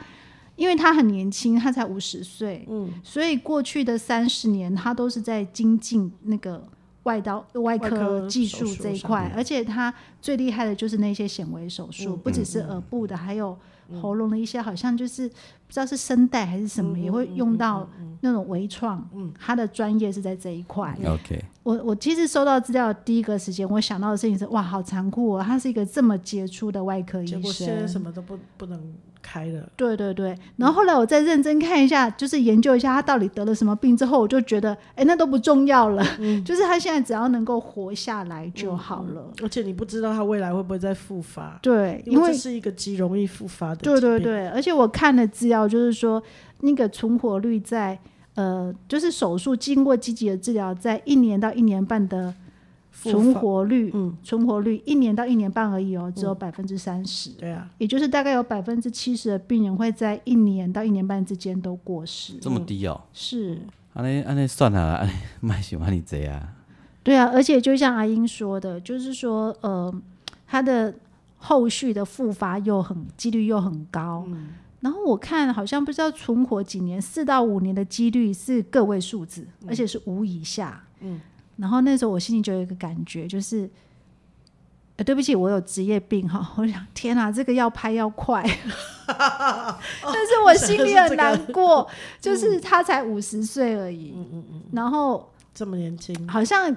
S3: 因为他很年轻，他才五十岁，所以过去的三十年他都是在精进那个外刀外
S2: 外科
S3: 科技术这一块，而且他最厉害的就是那些显微手术，不只是耳部的，还有喉咙的一些，好像就是不知道是声带还是什么，也会用到那种微创，他的专业是在这一块。
S1: OK，
S3: 我我其实收到资料的第一个时间，我想到的事情是，哇，好残酷哦！他是一个这么杰出的外科医
S2: 结
S3: 生，
S2: 果现在什么嗯都不不能开了。
S3: 对对对，然后后来我再认真看一下，就是研究一下他到底得了什么病之后，我就觉得，哎，那都不重要了，
S2: 嗯
S3: 就是他现在只要能够活下来就好了。
S2: 而且你不知道它未来会不会再复发，
S3: 对，
S2: 嗯因
S3: 因
S2: 为
S3: 为
S2: 这是一个极容易复发的疾
S3: 对
S2: 病。
S3: 对对，而且我看了资料，就是说那个存活率在呃，就是手术经过积极的治疗，在一年到一年半的
S2: 复发
S3: 存活率，
S2: 嗯
S3: 存活率一年到一年半而已哦，只有百分之三十。
S2: 对啊，
S3: 也就是大概有百分之七十的病人会在一年到一年半之间都过世，
S1: 这么低哦，
S3: 是，
S1: 安尼安尼算了啦，安尼 卖喜欢你这啊，
S3: 对啊，而且就像阿英说的，就是说，呃，他的后续的复发又很几率又很高。然后我看好像不知道存活几年，四到五年的几率是个位数字，而且是五以下。嗯，然后那时候我心里就有一个感觉，就是。呃，对不起，我有职业病哈。 我想，天啊哪，这个要拍要快， 但是嗯我心里很难过，就是他才五十岁而已，然后
S2: 这么年轻，
S3: 好像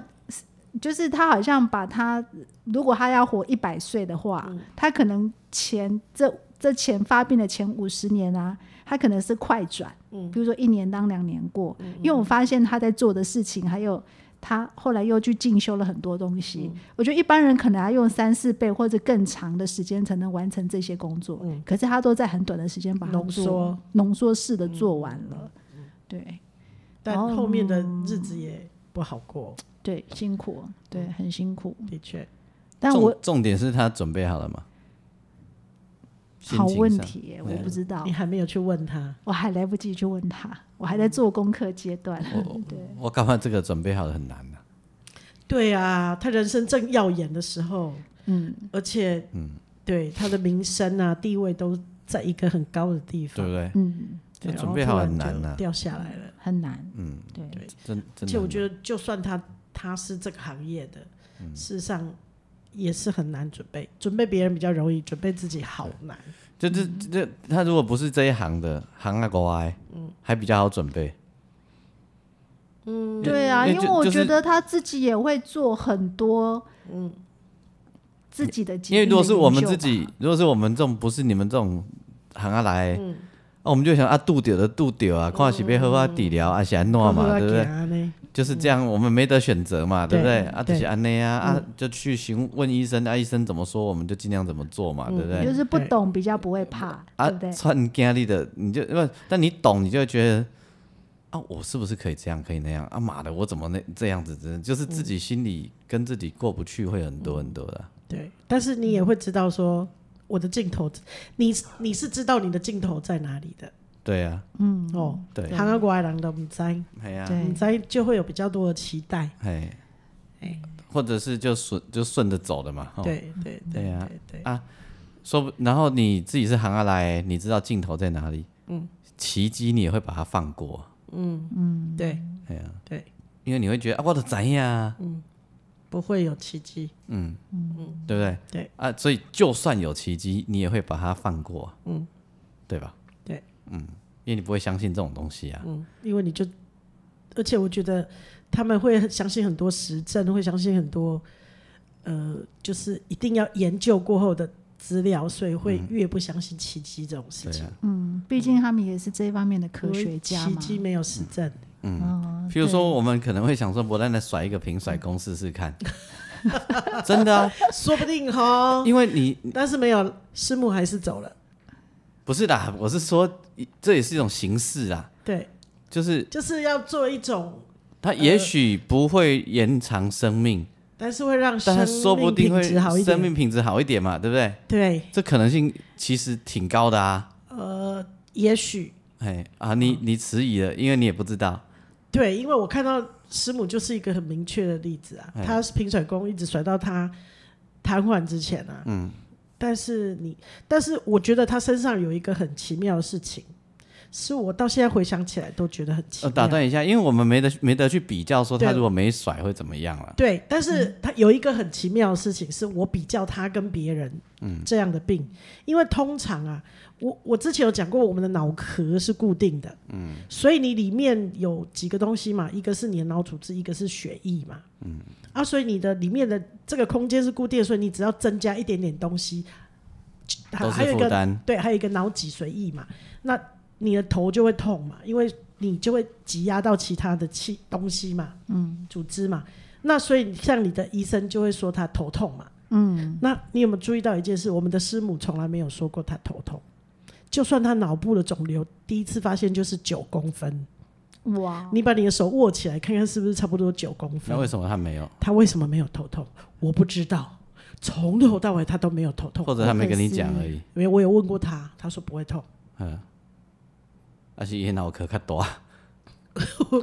S3: 就是他好像把他，如果他要活一百岁的话，
S2: 嗯
S3: 他可能前这这前发病的前五十年啊，他可能是快转，
S2: 嗯
S3: 比如说一年当两年过，因为我发现他在做的事情还有。他后来又去进修了很多东西，
S2: 嗯
S3: 我觉得一般人可能要用三四倍或者更长的时间才能完成这些工作，可是他都在很短的时间把
S2: 嗯
S3: 它
S2: 浓
S3: 做
S2: 缩嗯
S3: 浓缩式的做完了，对
S2: 但
S3: 哦
S2: 后面的日子也不好过，
S3: 对，辛苦，对，
S2: 嗯
S3: 很辛苦。
S2: 的确。
S3: 但
S1: 重
S3: 我
S1: 重点是他准备好了吗？
S3: 好
S1: 心情
S3: 问
S1: 上
S3: 题耶，
S1: 对
S3: 我不知道
S2: 你，还没有去问他，
S3: 我还来不及去问他， 我还在做功课阶段。对，
S1: 我感觉这个准备好的很难啊。
S2: 对啊，他人生正耀眼的时候，
S3: 嗯，
S2: 而且，对他的名声啊、地位都在一个很高的地
S1: 对
S2: 方
S1: 不，对？
S3: 嗯，
S2: 对
S1: 这
S2: 然
S1: 准
S2: 后
S1: 备
S2: 突
S1: 好
S2: 然
S1: 很难
S2: 就
S1: 啊
S2: 掉下来了。
S3: 很难，
S1: 嗯，
S3: 对，
S2: 对
S1: 真
S2: 而
S1: 真
S2: 且
S1: 的
S2: 我
S1: 很难。嗯
S2: 觉得，就算他他是这个行业的，事实上也是很难准备。准备别人比较容易，准备自己好难。
S1: 就这这他如果不是这一行的，行啊国外，嗯，还比较好准备。嗯
S3: 对啊，因为我觉得他自己也会做很多，嗯，自己的经历的研究吧，
S1: 因为如果是我们自己，如果是我们这种不是你们这种行啊来，我们就想啊，度丢的度丢啊，看是被喝啊底疗啊，想弄嘛，对不对？
S2: 对？
S1: 就是这样，我们没得选择嘛，对不对？
S2: 对
S1: 啊，就是安内啊，啊，就去询问医生，啊，医生怎么说，我们就尽量怎么做嘛，对不
S3: 你就
S1: 对？
S3: 是不懂比较不会怕，
S1: 啊
S3: 对不，对？
S1: 穿家里的你就不，但你懂，你就会觉得啊，我是不是可以这样，可以那样？啊，妈的，我怎么那这样子？真的就是自己心里跟自己过不去，会很多很多的。啊
S2: 对，但是你也会知道说我的镜头，你你是知道你的镜头在哪里的
S1: 对啊，
S2: 哦。
S1: 对，
S2: 韩国国外人都不知，
S1: 哎呀，
S3: 对
S2: 不知就会有比较多的期待。
S1: 哎，或者是就顺就顺着走的嘛。吼，
S2: 对对对
S1: 对啊
S2: 对对，
S1: 说不，然后你自己是行下来，你知道镜头在哪里，嗯，奇迹你也会把它放过，
S2: 对
S1: 哎呀，
S2: 对，
S1: 因为你会觉得啊，我都怎样啊，
S2: 不会有奇迹。
S1: 对不对？
S2: 对
S1: 啊，所以就算有奇迹，你也会把它放过，嗯，对吧？
S2: 对，
S1: 嗯，因为你不会相信这种东西啊，
S2: 嗯，因为你就，而且我觉得他们会很相信很多实证，会相信很多，呃，就是一定要研究过后的资料，所以会越不相信奇迹这种事
S1: 嗯对
S2: 情
S1: 啊。。
S3: 嗯，毕竟他们也是这方面的科学家
S2: 奇
S3: 嘛。
S2: 迹没有实证，
S3: 嗯，
S1: 譬如说，我们可能会想说，我让来甩一个平甩弓试试 看，真的啊，
S2: 说不定哈。
S1: 因为你
S2: 但是没有，师母还是走了。
S1: 不是啦，我是说，这也是一种形式啊，
S2: 对，
S1: 就是
S2: 就是要做一种，
S1: 它也许不会延长生命，
S2: 但是会让呃生
S1: 但它说不
S2: 命
S1: 定
S2: 品
S1: 会
S2: 质好一
S1: 生
S2: 点。
S1: 命品质好一点嘛，对不对？
S2: 对，
S1: 这可能性其实挺高的啊。
S2: 呃，也许
S1: 哎啊，
S2: 嗯
S1: 你你迟疑了，因为你也不知道。
S2: 对，因为我看到师母就是一个很明确的例子啊，
S1: 哎
S2: 她平甩功一直甩到她瘫痪之前啊。嗯，但是你，但是我觉得她身上有一个很奇妙的事情，是我到现在回想起来都觉得很奇
S1: 呃，
S2: 妙。
S1: 打断一下，因为我们没得没得去比较，说他
S2: 对
S1: 如果没甩会怎么样了。
S2: 对，但是他有一个很奇妙的事情，是我比较他跟别人
S1: 嗯
S2: 这样的病，因为通常啊，我我之前有讲过，我们的脑壳是固定的，嗯，所以你里面有几个东西嘛，一个是你的脑组织，一个是血液嘛，嗯，啊，所以你的里面的这个空间是固定的，所以你只要增加一点点东西，还
S1: 都
S2: 还
S1: 是
S2: 有一
S1: 负
S2: 个嗯
S1: 担，
S2: 对，还有一个脑脊髓液嘛，那你的头就会痛嘛，因为你就会挤压到其他的器东西嘛，嗯，组织嘛。那所以像你的医生就会说他头痛嘛，嗯，那你有没有注意到一件事？我们的师母从来没有说过她头痛，就算她脑部的肿瘤第一次发现就是九公分，
S3: 哇，
S2: 你把你的手握起来看看是不是差不多九公分
S1: 那？为什么他没有？
S2: 她为什么没有头痛？我不知道，从头到尾她都没有头痛，
S1: 或者他没跟你讲而已。
S2: 因为我有问过她，她说不会痛。
S1: 嗯，而且也脑壳看多啊。
S2: 我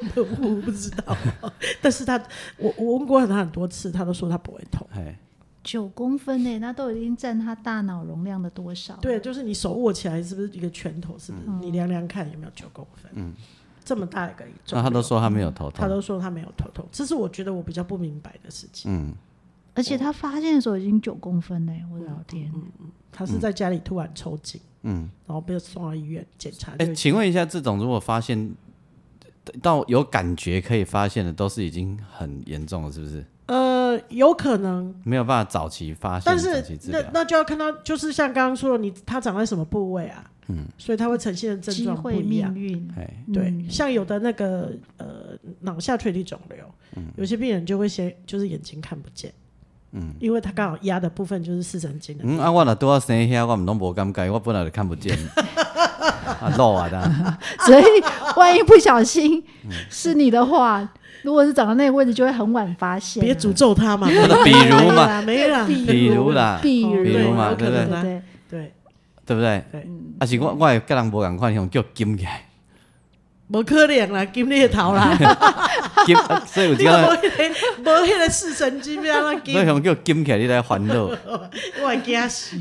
S2: 不知道， 但是他我我问过他很多次，他都说他不会痛。
S1: 哎，
S3: 九公分呢，那都已经占他大脑容量的多少？
S2: 对，，就是你手握起来是不是一个拳头？是不
S3: 嗯
S2: 是？你量量看有没有九公分？嗯，这么大一个肿
S1: 那
S2: 瘤，
S1: 他都说他没有头
S2: 他
S1: 痛。
S2: 都说他没有头痛，这是我觉得我比较不明白的事情。
S1: 嗯，
S3: 而且他发现的时候已经九公分嘞，我的老天！
S2: 他
S1: 嗯
S2: 是在家里突然抽筋，嗯，然后被送到医院检查，
S1: 哎、
S2: 就
S1: 请问一下，这种如果发现到有感觉可以发现的，都是已经很严重了，是不是？
S2: 呃有可能
S1: 没有办法早期发现，
S2: 但
S1: 早
S2: 是
S1: 期治
S2: 那
S1: 疗。
S2: 那就要看到，就是像刚刚说的，你它长在什么部位啊？嗯，所以它会呈现的症
S3: 机
S2: 状不
S3: 会
S2: 一样
S3: 命。运，嗯
S1: 哎，
S2: 对，像有的那个呃脑下垂体肿瘤，
S1: 嗯
S2: 有些病人就会先就是眼睛看不见，嗯，因为他刚好压的部分就是视神经的，
S1: 嗯啊，我若拄啊生遐，我毋拢无感觉，我本来就看不 见。啊，漏啊的，
S3: 所以万一不小心
S1: 嗯
S3: 是你的话，如果是长到那个位置，就会很晚发现啊。
S2: 别诅咒他嘛，
S1: 比如嘛
S2: 没啦，没啦，
S1: 比如啦，
S3: 比
S2: 哦
S3: 如
S2: 对
S1: 比如嘛
S2: 有可
S1: 对
S2: 能
S1: 不
S3: 对
S2: 啊
S3: 对，
S2: 对，
S1: 对不对？
S2: 对
S1: 啊，是我我会甲人无共款，像叫金起来，
S2: 无可能啦，金猎头啦，
S1: 金，啊所以有
S2: 你个
S1: 这个，
S2: 无迄个无迄个视神经要安怎
S1: 所以
S2: 金，
S1: 像叫金起来，你来烦恼。
S2: 我会惊死，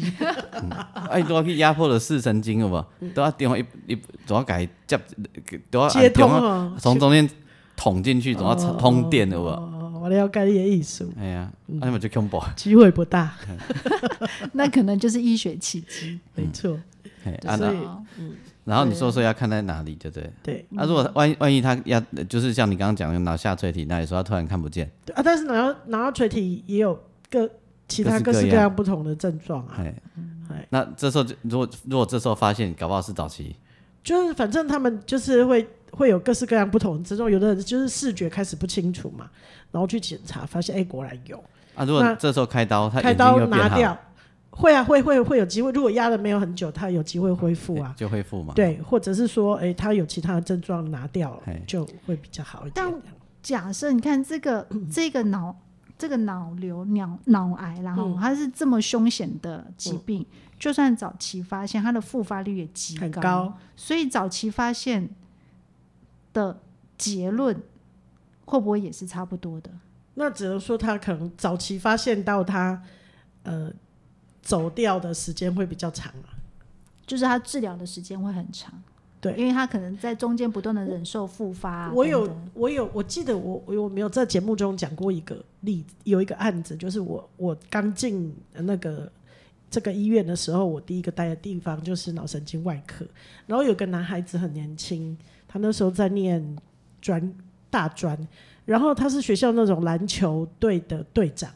S1: 啊，伊拄啊去压迫了视神经有无？拄啊电话一一拄啊改接，拄
S2: 嗯
S1: 啊
S2: 接通
S1: 啊，
S2: 哦，
S1: 从中间捅进去，拄啊
S2: 哦
S1: 通电有无？
S2: 哦，嗯我了解你的意思，
S1: 哎呀，啊，那么就恐怖。
S2: 机会不大，
S1: 嗯
S3: 那可能就是医学契机。
S2: 没错，
S1: 嘿 啊，
S2: 所以
S1: 那然后你说说要看在哪里，对不对？
S2: 对
S1: 啊，如果万一万一他要，就是像你刚刚讲的脑下垂体那里说他突然看不见，
S2: 对啊，但是脑脑下垂体也有各其他各
S1: 各式各
S2: 式各
S1: 样
S2: 样不同的症状啊，
S1: 哎
S2: 哎，
S1: 那这时候就如果如果这时候发现，搞不好是早期，
S2: 就是反正他们就是会会有各式各样不同的症状，有的人就是视觉开始不清楚嘛，然后去检查发现，哎、果然有，
S1: 啊，如果
S2: 那
S1: 这时候开刀，他
S2: 开
S1: 眼睛
S2: 刀
S1: 又变
S2: 拿
S1: 好，
S2: 掉，会啊会会会有机会，如果压的没有很久，他有机会恢复
S1: 哎
S2: 啊，
S1: 就恢复嘛。，
S2: 对，或者是说，哎、他有其他的症状拿掉了
S1: 嘿，
S2: 就会比较好一点
S3: 但。假设你看这个
S2: 嗯
S3: 这个脑这个脑瘤脑脑癌啦，
S2: 嗯
S3: 后它是这么凶险的疾病，就算早期发现，它的复发率也极
S2: 很高，
S3: 所以早期发现的结论会不会也是差不多的？
S2: 那只能说他可能早期发现到他，呃，走掉的时间会比较长啊。
S3: 就是它治疗的时间会很长，
S2: 对
S3: 因为它可能在中间不断的忍受复发、啊
S2: 我有
S3: 等等
S2: 我有我记得我我有没有在节目中讲过一个例子，有一个案子，就是我我刚进那个这个医院的时候，我第一个待的地方就是脑神经外科，然后有个男孩子很年轻，他那时候在念专大专，然后他是学校那种篮球队的队长。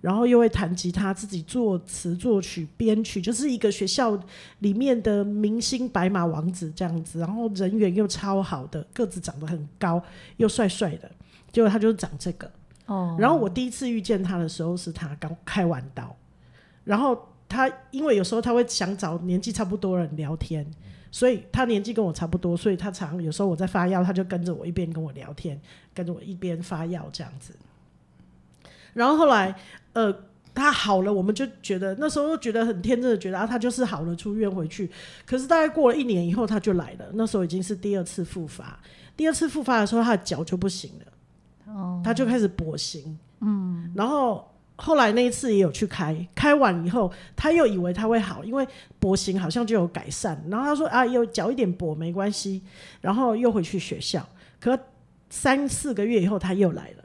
S2: 然后又会弹吉他，自己作词作曲、编曲，就是一个学校里面的明星白马王子这样子，然后人缘又超好的，个子长得很高，又帅帅的，结果他就是长这个。
S3: 哦，
S2: 然后我第一次遇见他的时候是他刚开完刀，然后他因为有时候他会想找年纪差不多的人聊天，所以他年纪跟我差不多，所以他常有时候我在发药，他就跟着我一边跟我聊天，跟着我一边发药这样子。然后后来，呃，他好了，我们就觉得那时候觉得很天真的觉得啊，他就是好了，出院回去。可是大概过了一年以后，他就来了，那时候已经是第二次复发。第二次复发的时候，他的脚就不行了。他就开始跛行，哦嗯，然后后来那一次也有去开，开完以后他又以为他会好，因为跛行好像就有改善，然后他说啊，有脚一点跛没关系，然后又回去学校，可三四个月以后他又来了，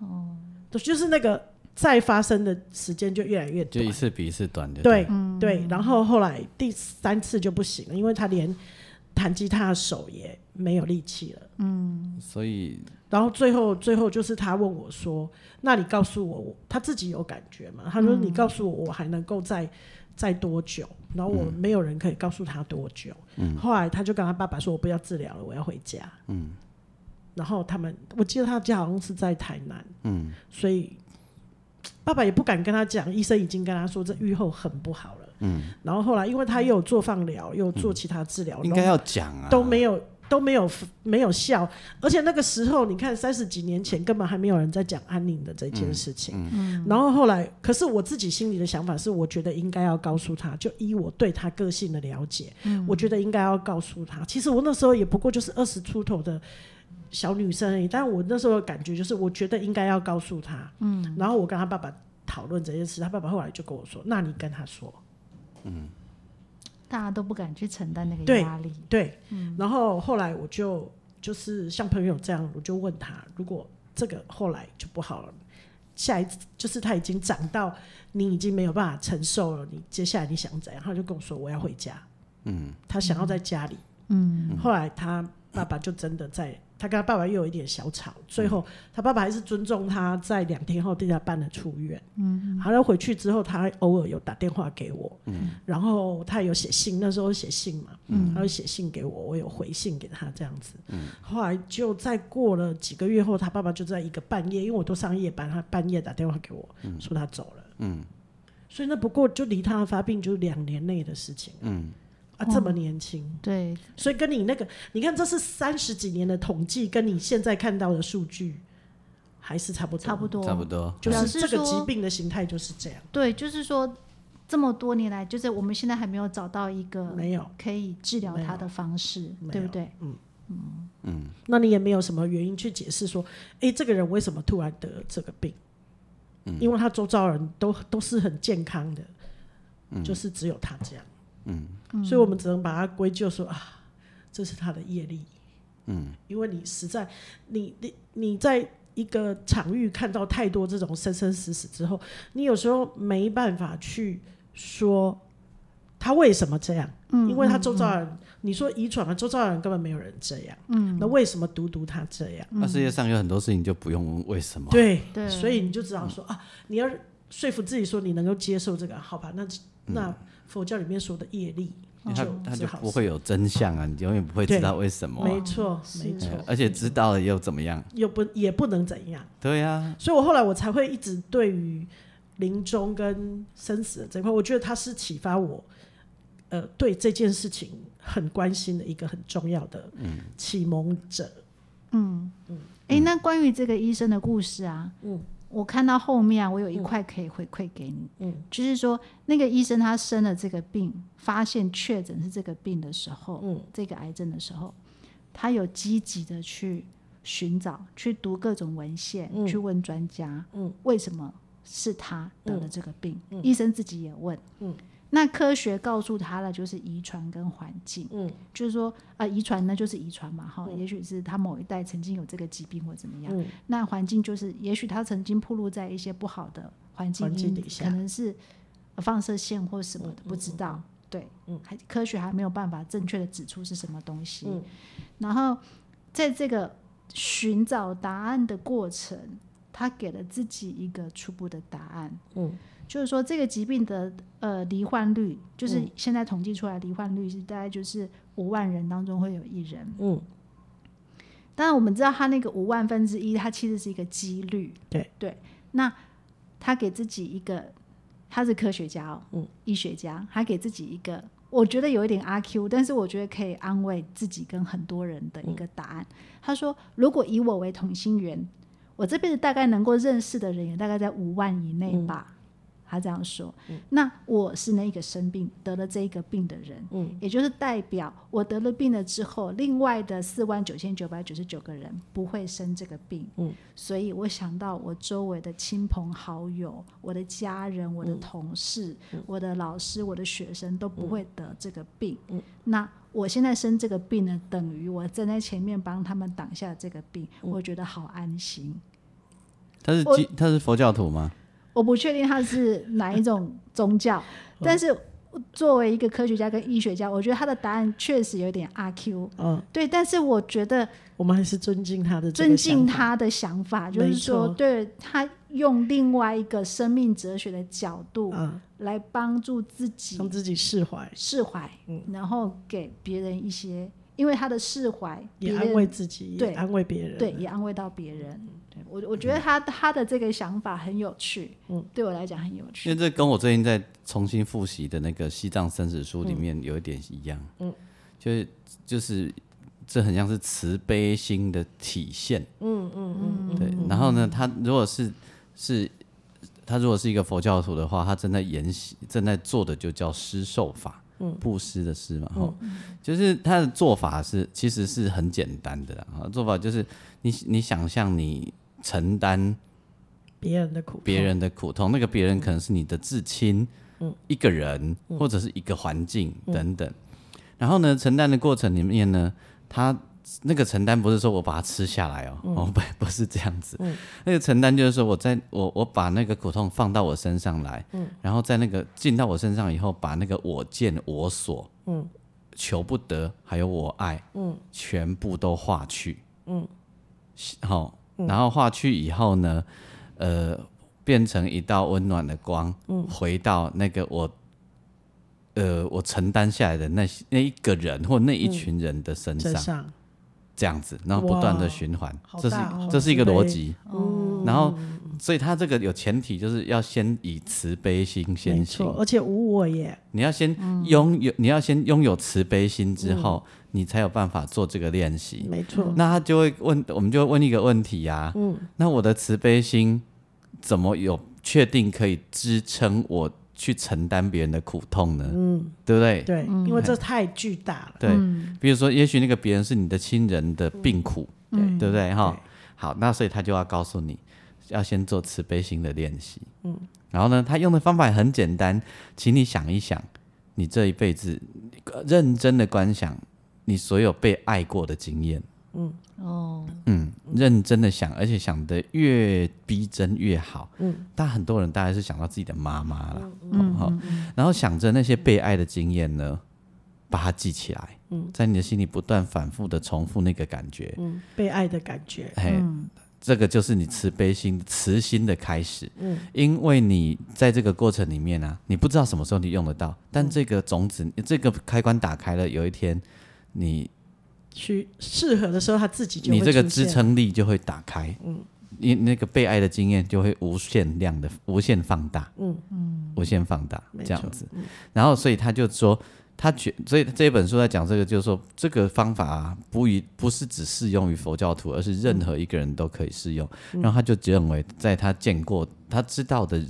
S2: 哦，就是那个再发生的时间就越来越
S1: 就
S2: 短
S1: 一，次比一次短，就
S2: 对对，然后后来第三次就不行了，因为他连弹吉他的手也没有力气了。
S1: 对。所以
S2: 然后最后最后就是他问我说：“那你告诉我，我他自己有感觉吗？”他说：“你告诉我，我还能够再再多久？”然后我没有人可以告诉他多久。后来他就跟他爸爸说：“我不要治疗了，我要回家。”嗯。然后他们，我记得他家好像是在台南。嗯。所以爸爸也不敢跟他讲，医生已经跟他说这愈后很不好了。嗯。然后后来，因为他又有做放疗，又有做其他治疗，然
S1: 应
S2: 后
S1: 该要讲啊，
S2: 都没有都没有没有效，而且那个时候你看三十几年前根本还没有人在讲安宁的这件事情，然后后来，可是我自己心里的想法是，我觉得应该要告诉他，就依我对他个性的了解，我觉得应该要告诉他。其实我那时候也不过就是二十出头的。小女生而已，但我那时候的感觉就是，我觉得应该要告诉他，嗯，然后我跟他爸爸讨论这件事，他爸爸后来就跟我说：“那你跟他说，
S3: 大家都不敢去承担那个
S2: 对
S3: 压力，
S2: 对，然后后来我就就是像朋友这样，我就问他，如果这个后来就不好了，下一次就是他已经长到你已经没有办法承受了，你接下来你想怎样？他就跟我说我要回家，嗯，他想要在家里，嗯，后来他爸爸就真的在。他跟他爸爸又有一点小吵，最后他爸爸还是尊重他，在两天后对他办了出院。嗯，好了，回去之后他偶尔有打电话给我，嗯，然后他有写信，那时候写信嘛，他就写信给我，我有回信给他这样子。后来就再过了几个月后，他爸爸就在一个半夜，因为我都上夜班，他半夜打电话给我、说他走了。嗯，所以那不过就离他的发病就两年内的事情。嗯，啊，这么年轻，
S3: 对，
S2: 所以跟你那个，你看这是三十几年的统计，跟你现在看到的数据还是差不多，
S3: 差不多，
S1: 差不多，
S2: 就
S3: 表
S2: 是
S3: 示
S2: 这个
S3: 说
S2: 疾病的形态就是这样，
S3: 对，就是说这么多年来，就是我们现在还没有找到一个
S2: 没有。
S3: 可以治疗
S2: 没
S3: 它
S2: 有
S3: 的方式，
S2: 没
S3: 对不
S2: 有
S3: 对？
S2: 那你也没有什么原因去解释说，诶，这个人为什么突然得了这个病？因为他周遭人都都是很健康的，就是只有他这样，所以我们只能把它归咎说啊，这是他的业力，嗯，因为你实在，你你你在一个场域看到太多这种生生死死之后，你有时候没办法去说他为什么这样，因为他周遭人，你说遗传啊，周遭人根本没有人这样，嗯，那为什么独独他这样？
S1: 那世界上有很多事情就不用问为什么，
S2: 嗯对，
S3: 对
S2: 所以你就
S1: 嗯
S2: 知道说、啊，你要说服自己说你能够接受这个，好吧？那那佛教里面说的业力，
S1: 嗯因为他
S2: 就
S1: 他
S2: 是
S1: 就
S2: 好
S1: 不
S2: 事
S1: 会有真相啊，你永远不会知道为什么啊、
S2: 没错，
S3: 是
S2: 没错
S1: 对，而且知道了又怎么样？
S2: 又不也不能怎样。
S1: 对啊呀、
S2: 所以我后来我才会一直对于临终跟生死的这一块，我觉得它是启发我，呃，对这件事情很关心的一个很重要的
S1: 嗯
S2: 启蒙者。
S3: 哎、那关于这个医生的故事啊，
S2: 嗯
S3: 我看到后面啊，我有一块可以回馈给你，
S2: 嗯
S3: 就是说那个医生他生了这个病，发现确诊是这个病的时候，
S2: 嗯
S3: 这个癌症的时候，他有积极的去寻找、去读各种文献、
S2: 嗯
S3: 去问专家，
S2: 嗯
S3: 为什么是他得了这个病？医生自己也问，
S2: 嗯
S3: 那科学告诉他了，就是遗传跟环境。
S2: 嗯
S3: 就是说，呃，遗传那就是遗传嘛，哈、也许是他某一代曾经有这个疾病或怎么样。
S2: 嗯
S3: 那环境就是，也许他曾经暴露在一些不好的环境
S2: 环境
S3: 因
S2: 底
S3: 子，
S2: 下嗯
S3: 可能是呃放射线或什么的，不知道。对，还科学还没有办法正确的指出是什么东西。
S2: 嗯
S3: 然后在这个寻找答案的过程，他给了自己一个初步的答案。
S2: 嗯
S3: 就是说这个疾病的呃罹患率，就是
S2: 嗯
S3: 现在统计出来罹患率是大概就是五万人当中会有一人。
S2: 嗯，
S3: 当然我们知道它那个五万分之一，它其实是一个几率。
S2: 对
S3: 对，那他给自己一个，他是科学家哦，
S2: 嗯
S3: 医学家，他给自己一个，我觉得有一点阿 Q，但是我觉得可以安慰自己跟很多人的
S2: 嗯
S3: 一个答案。他说，如果以我为同心圆，我这辈子大概能够认识的人也大概在五万以内
S2: 嗯
S3: 吧。他这样说，那我是那一个生病得了这一个病的人，
S2: 嗯
S3: 也就是代表我得了病了之后，另外的四万九千九百九十九个人不会生这个病，
S2: 嗯，
S3: 所以我想到我周围的亲朋好友、我的家人、我的同事、
S2: 嗯
S3: 我的老师、我的学生都不会得这个病，
S2: 嗯
S3: 那我现在生这个病呢，等于我站在前面帮他们挡下这个病，
S2: 嗯
S3: 我觉得好安心。
S1: 他是
S3: 我
S1: 基他是佛教徒吗？
S3: 我不确定他是哪一种 宗教，
S2: 嗯
S3: 但是作为一个科学家跟医学家，我觉得他的答案确实有点阿 Q。
S2: 嗯，
S3: 对，但是我觉得
S2: 我们还是尊敬他的这
S3: 尊
S2: 个想
S3: 敬
S2: 法，
S3: 他的想法，就
S2: 没
S3: 是说，
S2: 错
S3: 对他用另外一个生命哲学的角度
S2: 啊，
S3: 来帮助自己
S2: 让自己嗯释怀，
S3: 释怀，然后给别人一些，因为他的释怀，
S2: 也
S3: 别
S2: 安
S3: 人
S2: 慰自己，也
S3: 对
S2: 安慰别人。嗯
S3: 对，，也安慰到别人。对我我觉得他他的这个想法很有趣，
S2: 嗯
S3: 对我来讲很有趣
S1: 因。为这跟我最近在重新复习的那个西藏生死书里面有一点一样，嗯，就是就是这很像是慈悲心的体现，
S2: 嗯嗯嗯
S1: 对。然后呢，他如果是是他如果是一个佛教徒的话，他正在研习正在做的就叫施受法，
S2: 嗯
S1: 布施的施嘛，哈、就是他的做法是其实是很简单的啦，哈，做法就是你你想象你承担
S2: 别人的苦，
S1: 别，人的苦痛，那个别人可能是你的至亲，一个人、或者是一个环境、等等。然后呢，承担的过程里面呢，他那个承担不是说我把它吃下来哦，哦不不是这样子，那个承担就是说我在我我把那个苦痛放到我身上来，然后在那个进到我身上以后，把那个我见我所，
S2: 嗯
S1: 求不得，还有我爱，
S2: 嗯
S1: 全部都化去，
S2: 嗯
S1: 好、然后化去以后呢，呃，变成一道温暖的光，
S2: 嗯
S1: 回到那个我，呃，我承担下来的那些那一个人或那一群人的身上，
S2: 真上，
S1: 这样子，然后不断的循环
S2: 好，
S1: 这是
S2: 大哦
S1: 这是一个
S2: 慈悲
S1: 逻辑。
S3: 哦
S2: 嗯，
S1: 然后，所以他这个有前提，就是要先以慈悲心
S2: 没
S1: 先行
S2: 错，，而且无我也，
S1: 你要先拥有，你要先拥有慈悲心之后，你才有办法做这个练习。
S2: 没错，
S1: 那他就会问，我们就会问一个问题呀、嗯，那我的慈悲心怎么有确定可以支撑我去承担别人的苦痛呢？嗯，对不对？
S2: 对，因为这太巨大了，
S1: 对，比如说，也许那个别人是你的亲人的病苦，
S2: 嗯
S1: 对不对？哈
S2: 对，
S1: 好，那所以他就要告诉你，要先做慈悲心的练习。嗯，然后呢，他用的方法也很简单，请你想一想，你这一辈子呃认真的观想你所有被爱过的经验。
S3: 哦，
S1: 嗯，认真的想，而且想的越逼真越好。嗯，但很多人大概是想到自己的妈妈啦，嗯、哦，然后想着那些被爱的经验呢，把它记起来，嗯，在你的心里不断反复的重复那个感觉，
S2: 嗯，被爱的感觉，
S1: 嘿，这个就是你慈悲心、慈心的开始。嗯，因为你在这个过程里面啊，你不知道什么时候你用得到，但这个种子、这个开关打开了，有一天你
S2: 去适合的时候，他自己就会
S1: 你这个
S2: 出
S1: 支
S2: 现
S1: 撑力就会打开，嗯，你那个被爱的经验就会无限量的、无限放大，嗯嗯，无限放大
S2: 没
S1: 这
S2: 错嗯
S1: 样子。然后，所以他就说，他觉，所以这本书在讲这个，就是说这个方法啊，不一不是只适用于佛教徒，而是任何一个人都可以适用。
S2: 嗯
S1: 然后他就认为，在他见过、他知道的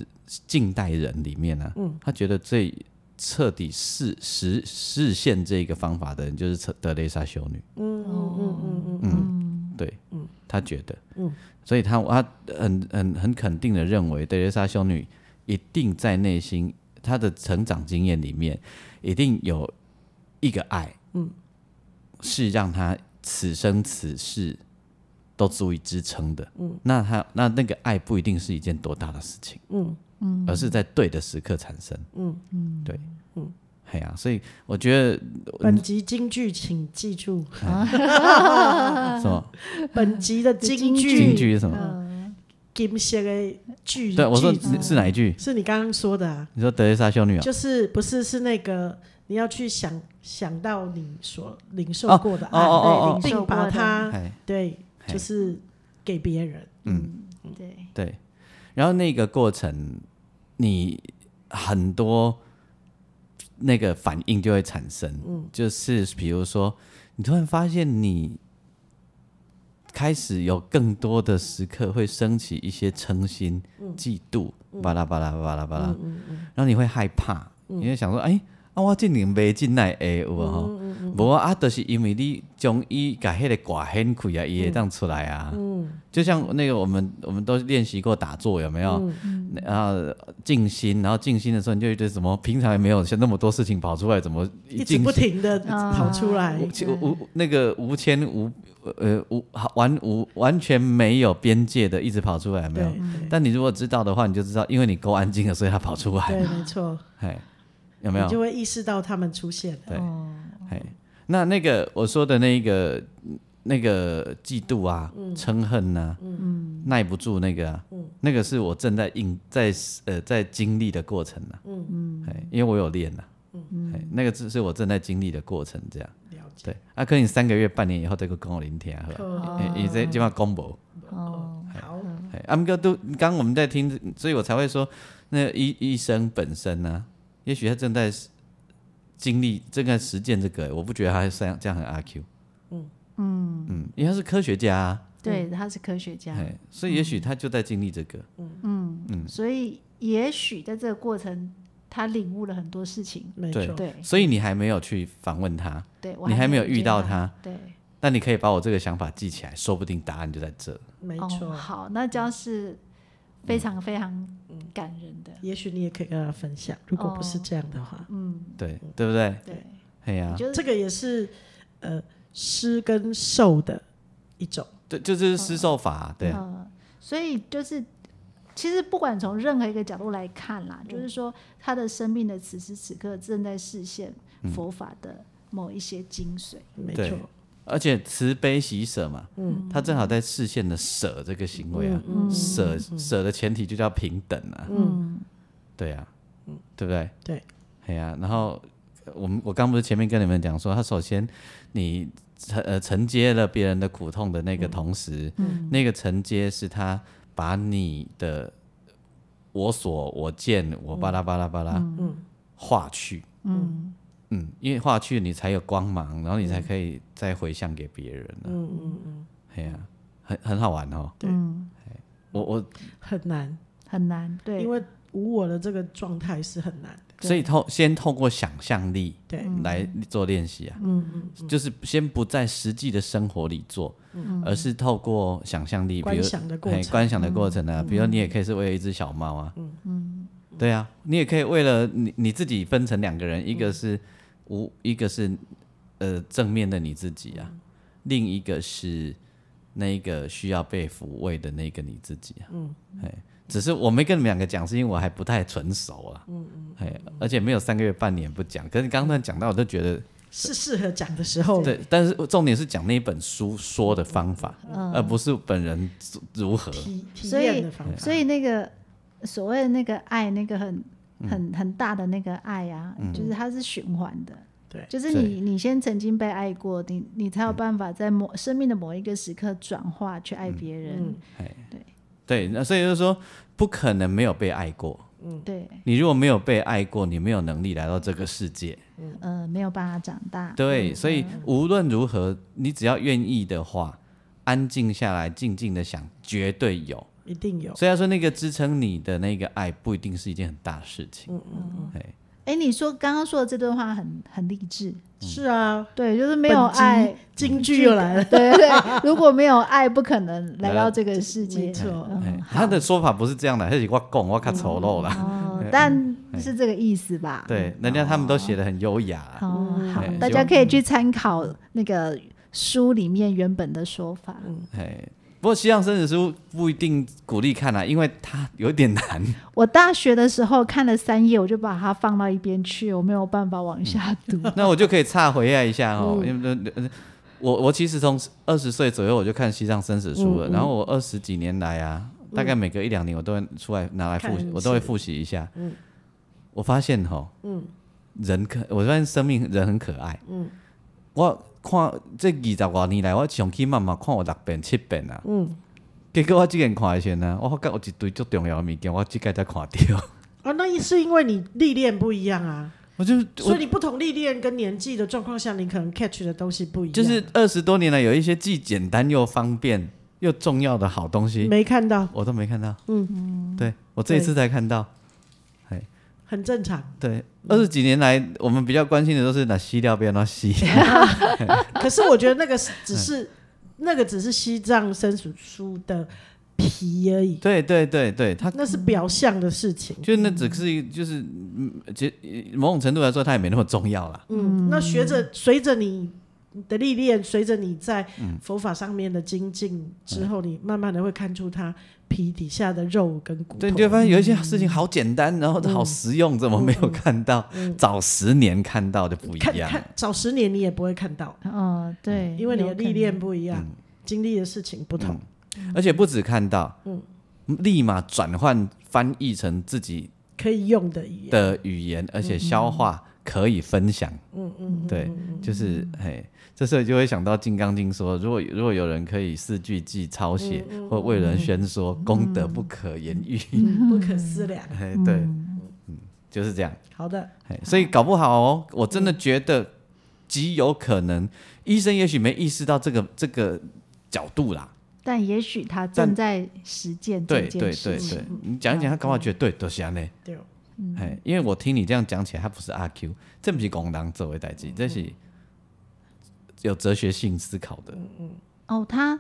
S1: 近代人里面呢、
S2: 嗯
S1: 他觉得最彻底实实实现这个方法的人，就是特德蕾莎修女。
S2: 嗯
S1: 对，嗯，他觉得，嗯，所以他他很很很肯定的认为，德蕾莎修女一定在内心她的成长经验里面，一定有一个爱，嗯，是让她此生此世都足以支撑的，嗯，那她那那个爱不一定是一件多大的事情，嗯嗯，而是在对的时刻产生，嗯嗯，对，嗯。哎呀、所以我觉得
S2: 本集京剧，请记住，
S1: 什么
S2: 本集的京
S1: 京
S2: 剧，
S1: 剧是什么？
S2: 金色的剧，
S1: 对，我说
S2: 句子
S1: 是哪一呃句？
S2: 是你刚刚说的、啊，
S1: 你说德蕾莎修女啊？
S2: 就是不是是那个你要去想想到你所领受
S1: 哦
S2: 过的
S1: 哦
S2: 爱，
S1: 哦哦哦
S2: 对并把它
S1: 哎，
S2: 对，
S1: 嘿
S2: 就是给别人，
S1: 嗯
S3: 对，
S1: 对，然后那个过程，你很多那个反应就会产生，
S2: 嗯
S1: 就是比如说，你突然发现你开始有更多的时刻会升起一些嗔心、
S2: 嗯
S1: 嫉妒，巴拉巴拉巴拉巴拉，然后你会害怕，
S2: 嗯
S1: 你会想说，哎、啊，我今年未进来会有无吼？
S2: 嗯
S1: 无啊，啊就是因为你将伊甲迄个挂掀开啊，伊会当出来啊。
S2: 嗯
S1: 就像那个我们我们都练习过打坐，有没有？
S2: 嗯
S1: 然后静心，然后静心的时候，你就觉得什么平常也没有像那么多事情跑出来，怎么
S2: 一直
S1: 静
S2: 不
S1: 心
S2: 停的跑出来，
S1: 无其无无那个无牵无呃无好完无完全没有边界的，一直跑出来有没
S2: 对
S1: 有？但你如果知道的话，你就知道，因为你够安静了，所以它跑出来，
S2: 对，没错，
S1: 哎，有没有
S2: 你就？会意识到他们出现了，
S1: 对，哎，那那个我说的那个那个嫉妒啊、嗔恨呐、嗯，耐不住那个、啊，那个是我正在应在呃在经历的过程啊，嗯嗯，因为我有练呐、嗯，哎，那个只是我正在经历的过程，这样。
S2: 了解，
S1: 对，啊，可能你三个月、半年以后再去讲我聆听好吧？
S2: 哦
S1: 伊这即马公布，
S3: 哦，
S2: 好，
S1: 嘿啊，毋过都刚刚我们在听，所以我才会说，那医医生本身呢、啊也许他正在经历、正在实践这个，我不觉得他这样这样很阿 Q。嗯嗯因为他是科学家、啊，
S3: 对，啊嗯他是科学家，
S1: 嘿，所以也许他就在经历这个。
S2: 嗯
S3: 所以也许在这个过程，他领悟了很多事情。
S2: 没
S1: 对
S2: 错，
S3: 对，
S1: 所以你还没有去访问他，
S3: 对我
S1: 嗯你还没有
S3: 接
S1: 遇到他，
S3: 对，
S1: 但你可以把我这个想法记起来，说不定答案就在这。
S2: 没
S3: 哦，
S2: 错，
S3: 好，那这样
S1: 嗯
S3: 是非常非常感人的，
S2: 也许你也可以跟他分享，如果不是这样的话，
S1: 对，对不对？
S3: 对，
S1: 嘿呀、
S3: 哦嗯就是
S2: 这个也是呃施跟受的一种，
S1: 对，就这是施受法啊、对啊、
S3: 嗯，所以就是，其实不管从任何一个角度来看
S1: 嗯
S3: 啦，就是说他的生命的此时此刻正在实现
S1: 嗯
S3: 佛法的某一些精髓。
S2: 没
S1: 对
S2: 错，
S1: 而且慈悲喜舍嘛，他正好在视线的舍这个行为啊，舍舍的前提就叫平等啊，对啊，对不对？
S2: 对，
S1: 哎呀、然后呃我们我刚不是前面跟你们讲说，他首先你承呃承接了别人的苦痛的那个同时，那个承接是他把你的我所我见我巴拉巴拉巴拉，
S2: 嗯
S1: 化去，
S3: 嗯
S1: 嗯，因为化去你才有光芒，然后你才可以再回向给别人、啊。嗯嗯嗯，哎呀、很很好玩哦。
S3: 嗯，
S1: 我我
S2: 很难，
S3: 很难，对
S2: 因，为无我的这个状态是很难的，
S1: 所以透先透过想象力
S2: 对，
S1: 来做练习啊，嗯嗯，就是先不在实际的生活里做，而是透过想象力，比
S2: 观
S1: 如
S2: 想的过
S1: 嘿
S2: 程
S1: 观想的过程啊，比如你也可以是为了一只小猫啊，嗯嗯，对啊，你也可以为了你你自己分成两个人，一个是无，一个是呃正面的你自己啊，另一个是那个需要被抚慰的那个你自己啊，嗯，哎，只是我没跟你们两个讲，是因为我还嗯不太成熟啊，嗯嗯，哎，而且没有三个月半年不讲，可是你刚刚突然讲到，我都觉得
S2: 是适合讲的时候，
S1: 对，但是重点是讲那本书说的方法，
S3: 嗯
S1: 而不是本人如何。
S2: 体体
S3: 所以
S2: 验的方法。
S3: 所以那个所谓的那个爱，那个很很很大的那个爱啊，就是它是循环的。
S2: 对
S3: 就是你你先曾经被爱过，你你才有办法在某生命的某一个时刻转化去爱别人。
S1: 对，那所以就是说，不可能没有被爱过。
S3: 对，
S1: 你如果没有被爱过，你没有能力来到这个世界。
S3: 呃，没有办法长大。
S1: 对，所
S3: 嗯
S1: 以无论如何，你只要愿意的话，安静下来，静静的想，绝对有。
S2: 一定有。
S1: 虽然说那个支撑你的那个爱不一定是一件很大的事
S3: 嗯
S1: 情，哎，
S3: 哎，你说刚刚说的这段话很很励志，
S1: 嗯
S2: 是啊，
S3: 对，就是没有
S2: 本集
S3: 爱，
S2: 京剧又 来了，
S3: 对对对，如果没有爱，不可能来到这个世界
S2: 没。错。
S3: 嗯
S1: 哎他的说法不是这样的，他是我讲我卡丑陋啦。
S3: 哦，但是这个意思吧？
S1: 对，人家他们都写的很优雅啊、
S3: 哦，嗯好
S1: 嗯，
S3: 大家可以去参考那个书里面原本的说法。
S1: 哎，不过西洋生死书不一定鼓励看啊，因为它有点难。
S3: 我大学的时候看了三页，我就把它放到一边去，我没有办法往下读。
S1: 那我就可以岔回来一下哦，因为呃我我其实从二十岁左右我就看西藏生死书了，然后我二十几年来啊，大概每隔一两年我都会出来拿来复习
S2: 看一，次
S1: 我都会复习一下。我发现哈，人可我发现生命人很可爱。我看这二十多年来，我上起慢慢看有六遍七遍啊。结果我之前看的时候呢，我发觉有一堆足重要的物件，我即个才看到。
S2: 啊，那是因为你历练不一样啊，
S1: 我就
S2: 所以你不同历练跟年纪的状况下，你可能 catch 的东西不一样，
S1: 就是二十多年来，有一些既简单又方便又重要的好东
S3: 嗯
S1: 西，
S2: 没看到，
S1: 我都没看到。嗯，对我这一次才看到。
S2: 很正 常。
S1: 对，二十几年来，我们比较关心的都是哪吸料变 到吸。
S2: 可是我觉得那个是只
S1: 嗯
S2: 是那个只是西藏生死书的皮而已，
S1: 对对对对，它
S2: 那是表象的事情。
S1: 就那只是一就是，嗯其实某种程度来说，它也没那么重要啦。
S2: 嗯，那学着随着你的历练，随着你在
S1: 嗯
S2: 佛法上面的精进之后，你慢慢的会看出它皮底下的肉跟骨头。
S1: 对，你就会发现有一些事情好简单，然后
S2: 嗯
S1: 好实用，怎么没有看到？早十年看到就不一
S2: 看
S1: 样。
S2: 看早十年你也不会看到，
S3: 嗯，对，
S2: 因为你的
S3: 有可
S2: 历练
S3: 能
S2: 不一
S1: 嗯
S2: 样，经历的事情不同。
S1: 而且不止看到，
S2: 嗯
S1: 立马转换翻译成自己
S2: 可以用的语言。
S1: 的语言，而且消化可以分享。嗯嗯，对，就是嘿，这时候就会想到《金刚经》说，如果如果有人可以四句记抄写，或为人宣说，功德不可言喻。
S2: 嗯不可思量。
S1: 嘿，对，嗯，就是这样。
S2: 好的，
S1: 嘿，所以搞不好哦，我真的觉得极有可能，医生也许没意识到这个这个角度啦。
S3: 但也许他
S1: 但
S3: 正在实践这
S1: 对
S3: 件
S1: 对对
S3: 事
S1: 对
S3: 情。，
S1: 你讲一讲，他搞不好觉得对，都、就是安尼。
S2: 对哦，
S1: 哎，因为我听你这样讲起来，他不是阿 Q，这不是公狼作为代际，这是有哲学性思考的。
S3: 哦，他，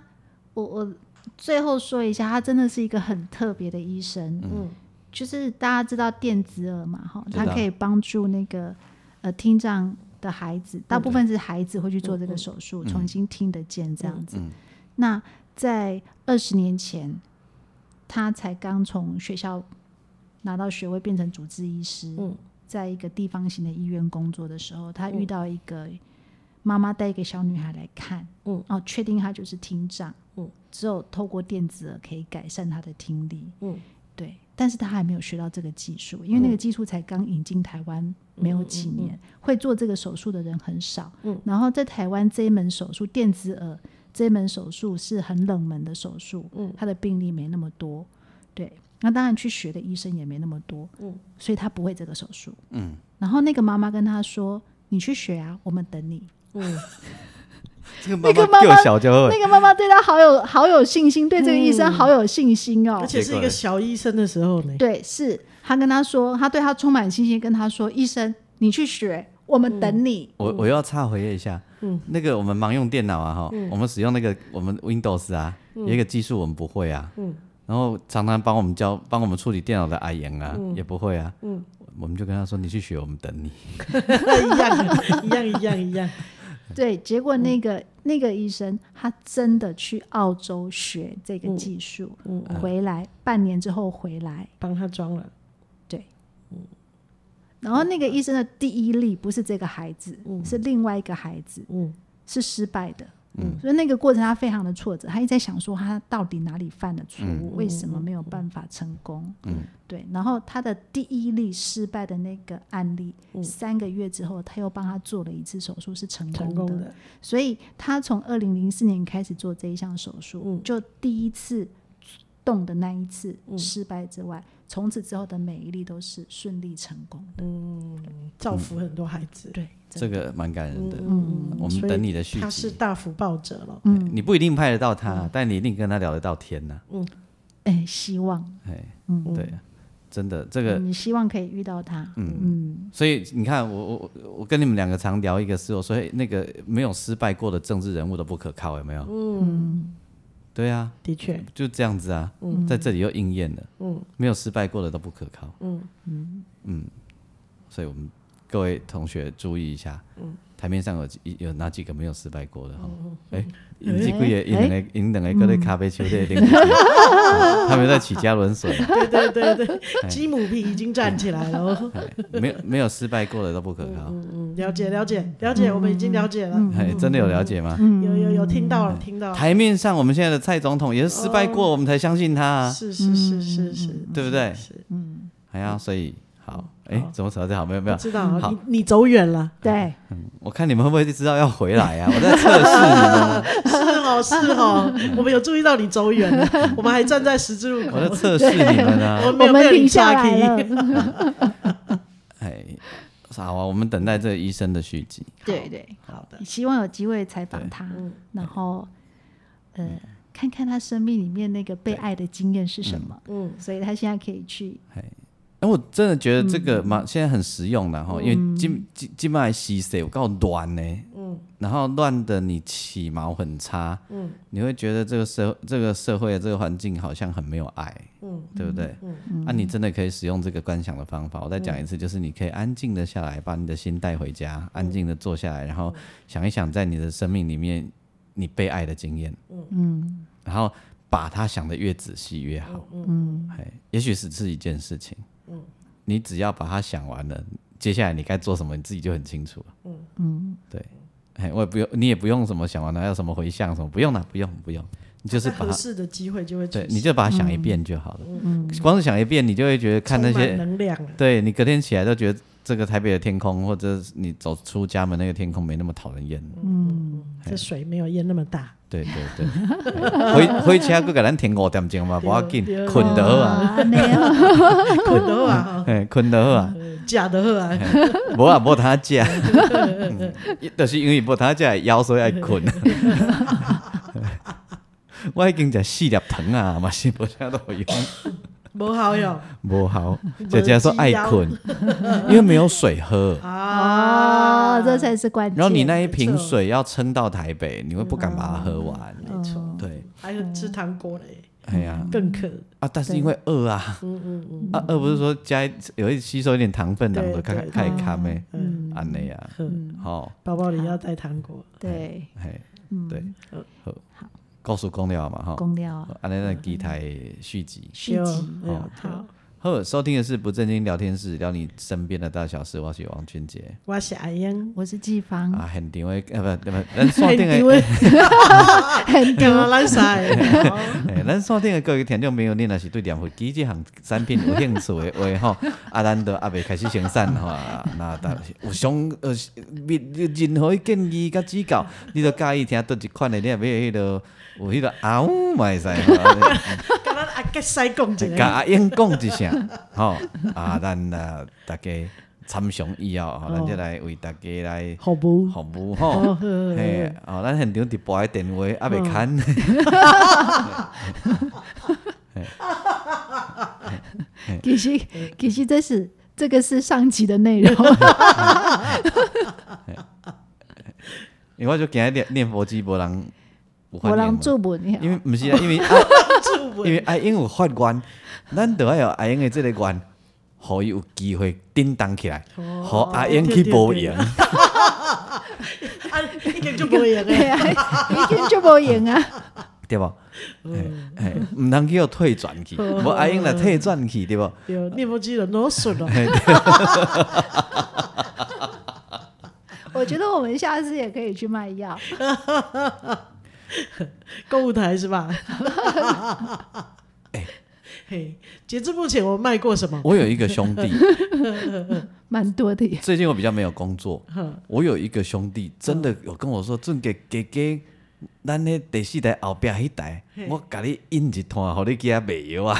S3: 我我最后说一下，他真的是一个很特别的医生。
S2: 嗯，
S3: 就是大家知道电子耳嘛，哈，
S1: 知道
S3: 它可以帮助那个呃听障的孩子，大部分是孩子会去做这个手术，重新听得见这样子。那在二十年前，他才刚从学校拿到学位，变成主治医师。
S2: 嗯
S3: 在一个地方型的医院工作的时候，他遇到一个妈妈带一个小女孩来看，
S2: 嗯，
S3: 哦，确定她就是听障，
S2: 嗯，
S3: 只有透过电子耳可以改善她的听力，
S2: 嗯，
S3: 对，但是她还没有学到这个技术，因为那个技术才刚引进台湾没有几年，会做这个手术的人很少，
S2: 嗯，
S3: 然后在台湾这一门手术电子耳这一门手术是很冷门的手术，
S2: 嗯，
S3: 他的病例没那么多，对。那当然，去学的医生也没那么多，
S2: 嗯，
S3: 所以他不会这个手术，
S1: 嗯，
S3: 然后那个妈妈跟他说：“你去学啊，我们等你。
S2: 嗯，
S1: 这个
S3: 那个妈妈
S1: 小就会
S3: 那个妈妈对他好有好有信心，对这个医生
S2: 嗯
S3: 好有信心哦。
S2: 而且是一个小医生的时候呢，
S3: 对，是他跟他说，他对他充满信心，跟他说：“医生，你去学，我
S2: 嗯
S3: 们等你。
S1: 我我又要插回一下，那个我们盲用电脑啊，哈、
S2: 嗯
S1: 我们使用那个我们 Windows 啊，有一个技术我们不会啊，
S2: 嗯
S1: 然后常常帮我们教帮我们处理电脑的阿言啊，
S2: 嗯
S1: 也不会啊，我们就跟他说你去学，我们等你。
S2: 一样啊 一样一样一样，嗯
S3: 对，结果那个、那个医生他真的去澳洲学这
S2: 嗯
S3: 个技术，回来半年之后回来，
S2: 帮他装了。
S3: 对，然后那个医生的第一例不是这个孩子，是另外一个孩子，
S2: 嗯
S3: 是失败的。所以那个过程他非常的挫折，他一直在想说他到底哪里犯了错
S2: 嗯
S3: 误，为什么没有办法成功？对。然后他的第一例失败的那个案例，
S2: 嗯
S3: 三个月之后他又帮他做了一次手术，是成
S2: 成
S3: 功
S2: 功
S3: 的。
S2: 的，
S3: 所以他从二零零四年开始做这一项手术，
S2: 嗯
S3: 就第一次动的那一次失败之外，从此之后的每一例都是顺利成功的。
S2: 造福很多孩子。
S3: 对，
S1: 这个蛮感人的。
S2: 嗯，
S1: 我们
S2: 所以
S1: 等你的续
S2: 他是嗯
S1: 集，
S2: 大福报者了。
S3: 嗯，
S1: 你不一定拍得到他，但你一定跟他聊得到天呐。
S2: 嗯
S3: 哎、希望，
S1: 哎，
S3: 嗯
S1: 对，真的这个，
S3: 嗯，希望可以遇到他。嗯
S1: 所以你看，我我我我跟你们两个常聊一个事，我说哎那个没有失败过的政治人物都不可靠，有没有？
S3: 嗯
S1: 对啊，
S2: 的确，
S1: 就这样子啊，在这里又应验了，
S3: 嗯
S1: 没有失败过的都不可靠，嗯所以我们各位同学注意一下，
S3: 嗯
S1: 台面上有几有哪几个没有失败过的哈？哎，引几个也引两个引两个各类咖啡球的零几个，嗯 他们在起加仑水，
S2: 对对对
S1: 哎
S2: 对，鸡母皮已经站起来了哦。
S1: 没有没有失败过的都不可靠，
S2: 嗯，了解了解了解，我们已经了解了，
S1: 嗯哎，真的有了解吗？
S2: 有有有听到了听到了，
S1: 台面上我们现在的蔡总统也是失败过，我们才相信他啊，
S2: 是是是是是，
S1: 对不对？
S2: 哦是
S3: 嗯，
S1: 哎呀，所以好，哎，怎么扯到这好？没有没有
S2: 不，知道啊
S1: 好
S2: 你你走远了，
S3: 对，
S1: 我看你们会不会知道要回来啊？我在 测试
S2: 是哦是哦，我们有注意到你走远 了，我们还站在十字路
S1: 你们，
S2: 口
S1: 嗯我，在测试你们啊！
S2: 我
S3: 我
S2: 们没
S3: 们
S2: 有被
S3: 停
S2: 你
S3: 下
S2: 岔
S3: 来
S2: 题。
S3: 了。
S1: 哎，好啊，我们等待这个医生的续集。
S3: 对对，
S2: 好的，
S3: 希望有机会采访他，
S2: 嗯
S1: 嗯
S3: 然后呃，看看他生命里面那个被爱的经验是什么。
S2: 嗯，
S3: 所以他现在可以去
S1: 哎，我真的觉得这
S2: 嗯
S1: 个嘛，现在很实用了哈，因为静静静脉吸塞，我告乱呢，嗯，然后乱的你起毛很差，嗯，你会觉得这个社这个社会的这个环境好像很没有爱，嗯，对不对？嗯，啊，你真的可以使用这个观想的方法。我再讲一次，就是你可以安静的下来，把你的心带回家，安静的坐下来，然后想一想在你的生命里面你被爱的经验，嗯，然后把它想得越仔细越好，嗯，哎，也许是是一件事情。你只要把它想完了，接下来你该做什么，你自己就很清楚了。嗯嗯，对，哎，我也不用，你也不用什么想完了还有什么回向什么，不用了，不用不用，你就是把
S2: 合
S1: 它，
S2: 适的机会就会出
S1: 对
S2: 现，，
S1: 你就把它想一遍就好了。嗯光是想一遍，你就会觉得看那
S2: 嗯充满
S1: 些，
S2: 能量啊，
S1: 对你隔天起来都觉得这个台北的天空，或者是你走出家门那个天空没那么讨人厌。
S2: 嗯
S1: 哎
S2: 这水没有淹那么大，
S1: 对对对，哎回 回家个给咱停五点钟嘛，不要紧，
S2: 对
S1: 困得好啊，
S3: 哦这 样哦
S2: 困得啊，
S1: 哎，困得好啊。
S2: 假的啊，
S1: 无啊，无他食，嗯 就是因为无他食，腰所以爱 困。我已经食四粒糖啊，嘛是 无啥都用，
S2: 不好用
S1: 无效。姐姐说爱困，因为没有水喝。
S2: 啊，
S3: 哦，这才是关键。
S1: 然后你那一
S2: 没
S1: 瓶
S2: 错
S1: 水要撑到台北，你会不敢把它喝完。
S2: 没错，
S1: 对，
S2: 还有吃糖果嘞，
S1: 哎呀
S2: 更渴，
S1: 啊，但是因为饿啊，啊饿不是说加一有一吸收一点糖分，然后
S2: 对
S1: 开
S2: 对
S1: 开卡咩，
S2: 嗯，
S1: 安尼啊，
S2: 呵
S1: 好。
S2: 包包里要带糖果，
S3: 对
S1: 嘿，
S2: 嗯
S1: 对，好，告诉公了嘛哈，
S3: 公料啊，
S1: 安尼咱期待续集。
S3: 续集
S2: 对
S1: 哦
S2: 对
S3: 好，
S1: 好，收听的是不正经聊天室，聊你身边的大小事。我是王俊杰
S2: 我是阿英，
S3: 我是季芳，
S1: 啊，很定位啊，不不，咱锁 定
S2: 因
S1: 的，
S2: 为
S3: 很
S2: 干嘛烂啥 的？好
S1: 嘿哎咱锁定的各位听众朋友，你若是对电火机这项产品有兴趣的话 吼，啊，咱都阿未开始生产吼， 啊那但是有想呃，你你任何的建议甲指教，你都介意听倒一款的，你若要迄个有迄个嗷嘛会 使吼。
S2: 干嘛阿吉西讲一
S1: 甲
S2: 下？
S1: 阿英讲一声，吼、 啊，咱啊大家参详以后，吼、咱就来为大家来
S2: 好不？
S1: 服务吼
S2: 哦。呵
S1: 嘿，哦，咱现场直播的电话阿
S2: 哦
S1: 袂牵，
S3: 其实
S1: 哎
S3: 其实这是这个是上集的 内容，
S1: 因为我就今日念念佛机无人
S3: 我
S1: 有反应
S3: 让
S1: 嘛，
S3: 做不了
S1: 因为毋是啊，因为阿
S2: 住
S1: 因为阿英有法官，咱就要有阿英的即个官，互伊有机会叮当起来，互阿英去无
S2: 对对
S1: 用。
S2: 啊，一点就不会赢
S3: 对
S2: 诶。
S3: 啊，一天就不赢啊，
S1: 对不？哦哎，毋通叫退转去，无阿英来退转去，对无？
S2: 对，哦面膜肌的啰嗦了，
S3: 我觉得我们下次也可以去卖药。
S2: 购物台是 吧？嘿，截至目前我卖过什么？
S1: 哎我有一个兄弟，
S3: 蛮多 的耶。
S1: 最近我比较没有工 作，我有一个兄弟真的有跟我说，阵给给给。咱迄第四台后壁迄台，我甲你印一摊，互你去遐卖药啊！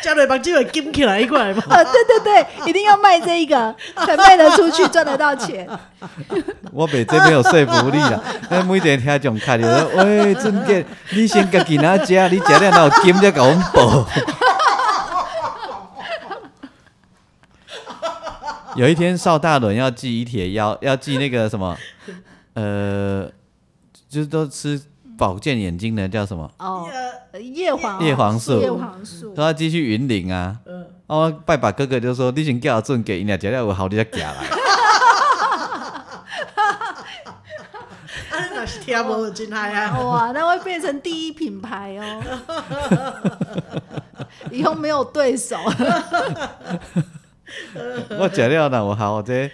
S2: 加瑞把机会金起来一块嘛，
S3: 啊，对对对，一定要卖这一个，才卖得出去，赚得到钱。
S1: 我袂这没有说服力啦。咱每一个听众看着说，喂，真杰，你先家己拿食，你食了哪有金才甲阮报。有一天邵大伦要寄一帖腰，要寄那个什么，呃，就是都吃保健眼睛的叫什么？
S3: 哦，
S2: 哎
S3: 呃叶黄
S1: 叶黄素
S3: 叶黄素
S1: 说要寄去云林啊。啊，我拜把哥哥就说，你先叫阿准给伊俩食了有好，你才寄来。
S2: 啊，那是听无真嗨啊！
S3: 哇，那会变成第一品牌哦。 以后没有对手，
S1: 我食了若有效，这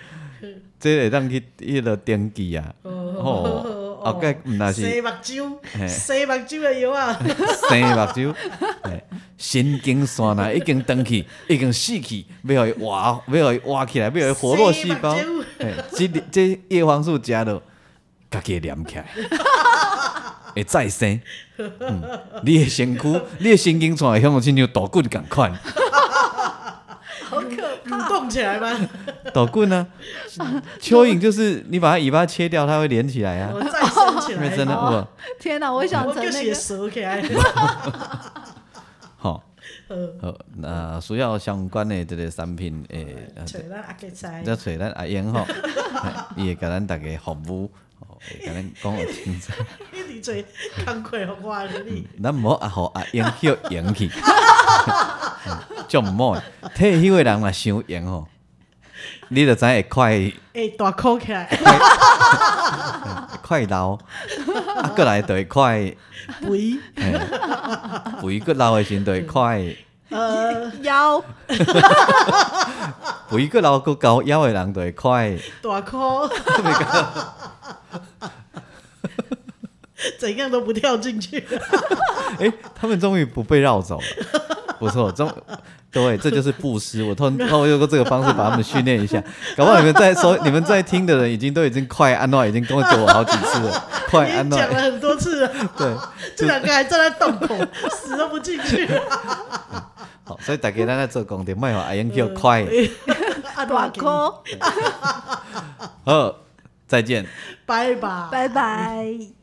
S1: 这会当去迄落登记啊。哦，后盖毋若
S2: 洗
S1: 是
S2: 目睭，
S1: 嘿
S2: 洗目睭的药啊，
S1: 生目睭，嘿神经线呐已经断去，已经死去，要互伊活，要互伊活起来，要互伊活络细胞
S2: 生目睭。
S1: 嘿这这叶黄素食落，家己会黏起来，会再生。嗯，你的身躯，你的神经线会像亲像大骨共款。
S3: 好可
S2: 蠕动起来吗？
S1: 导棍呢？蚯蚓就是你把它尾巴切掉，它会连起来啊
S2: 我。再升起
S1: 认真的
S2: 来，
S1: 我
S3: 怕。天哪，我想
S2: 我
S3: 成
S2: 就
S3: 那
S2: 写
S3: 个
S2: 蛇起来。
S1: 好，
S2: 呃
S1: 好，那需要相关的这个产品诶，呃
S2: 找咱阿吉 猜，
S1: 再找咱阿英吼， 伊会甲咱大家服务，吼会甲咱讲互清楚。
S2: 你做工课互我的你，
S1: 咱无啊，互阿英休赢去， 就毋好的。退休的人若想赢吼，你就知会快。
S2: 哎，大哭起来，
S1: 快老，啊，过来就会快，
S2: 肥，
S1: 嘿肥过老的时候就会快，
S2: 呃，
S3: 腰，
S1: 肥过老过高腰的人就会快。
S2: 大哭， 怎样都不跳进去。
S1: 哎、他们终于不被绕走了，不错，终对，这就是布施。我通通过用这个方式把他们训练 一下，搞不好你们在说，你们在听的人已经都已经快安诺，已经跟我讲我好几次 了，快
S2: 已
S1: 安
S2: 经
S1: 诺，
S2: 讲了很多次 了，
S1: 对，
S2: 这两个还站在洞口，死都不进 去。
S1: 好，所以大家咱在做功德，卖好阿英叫
S2: 嗯
S1: 快，
S2: 啊，大
S3: 短
S2: 哭，
S3: 裤，
S1: 好，再见。
S2: 拜拜。
S3: 拜拜。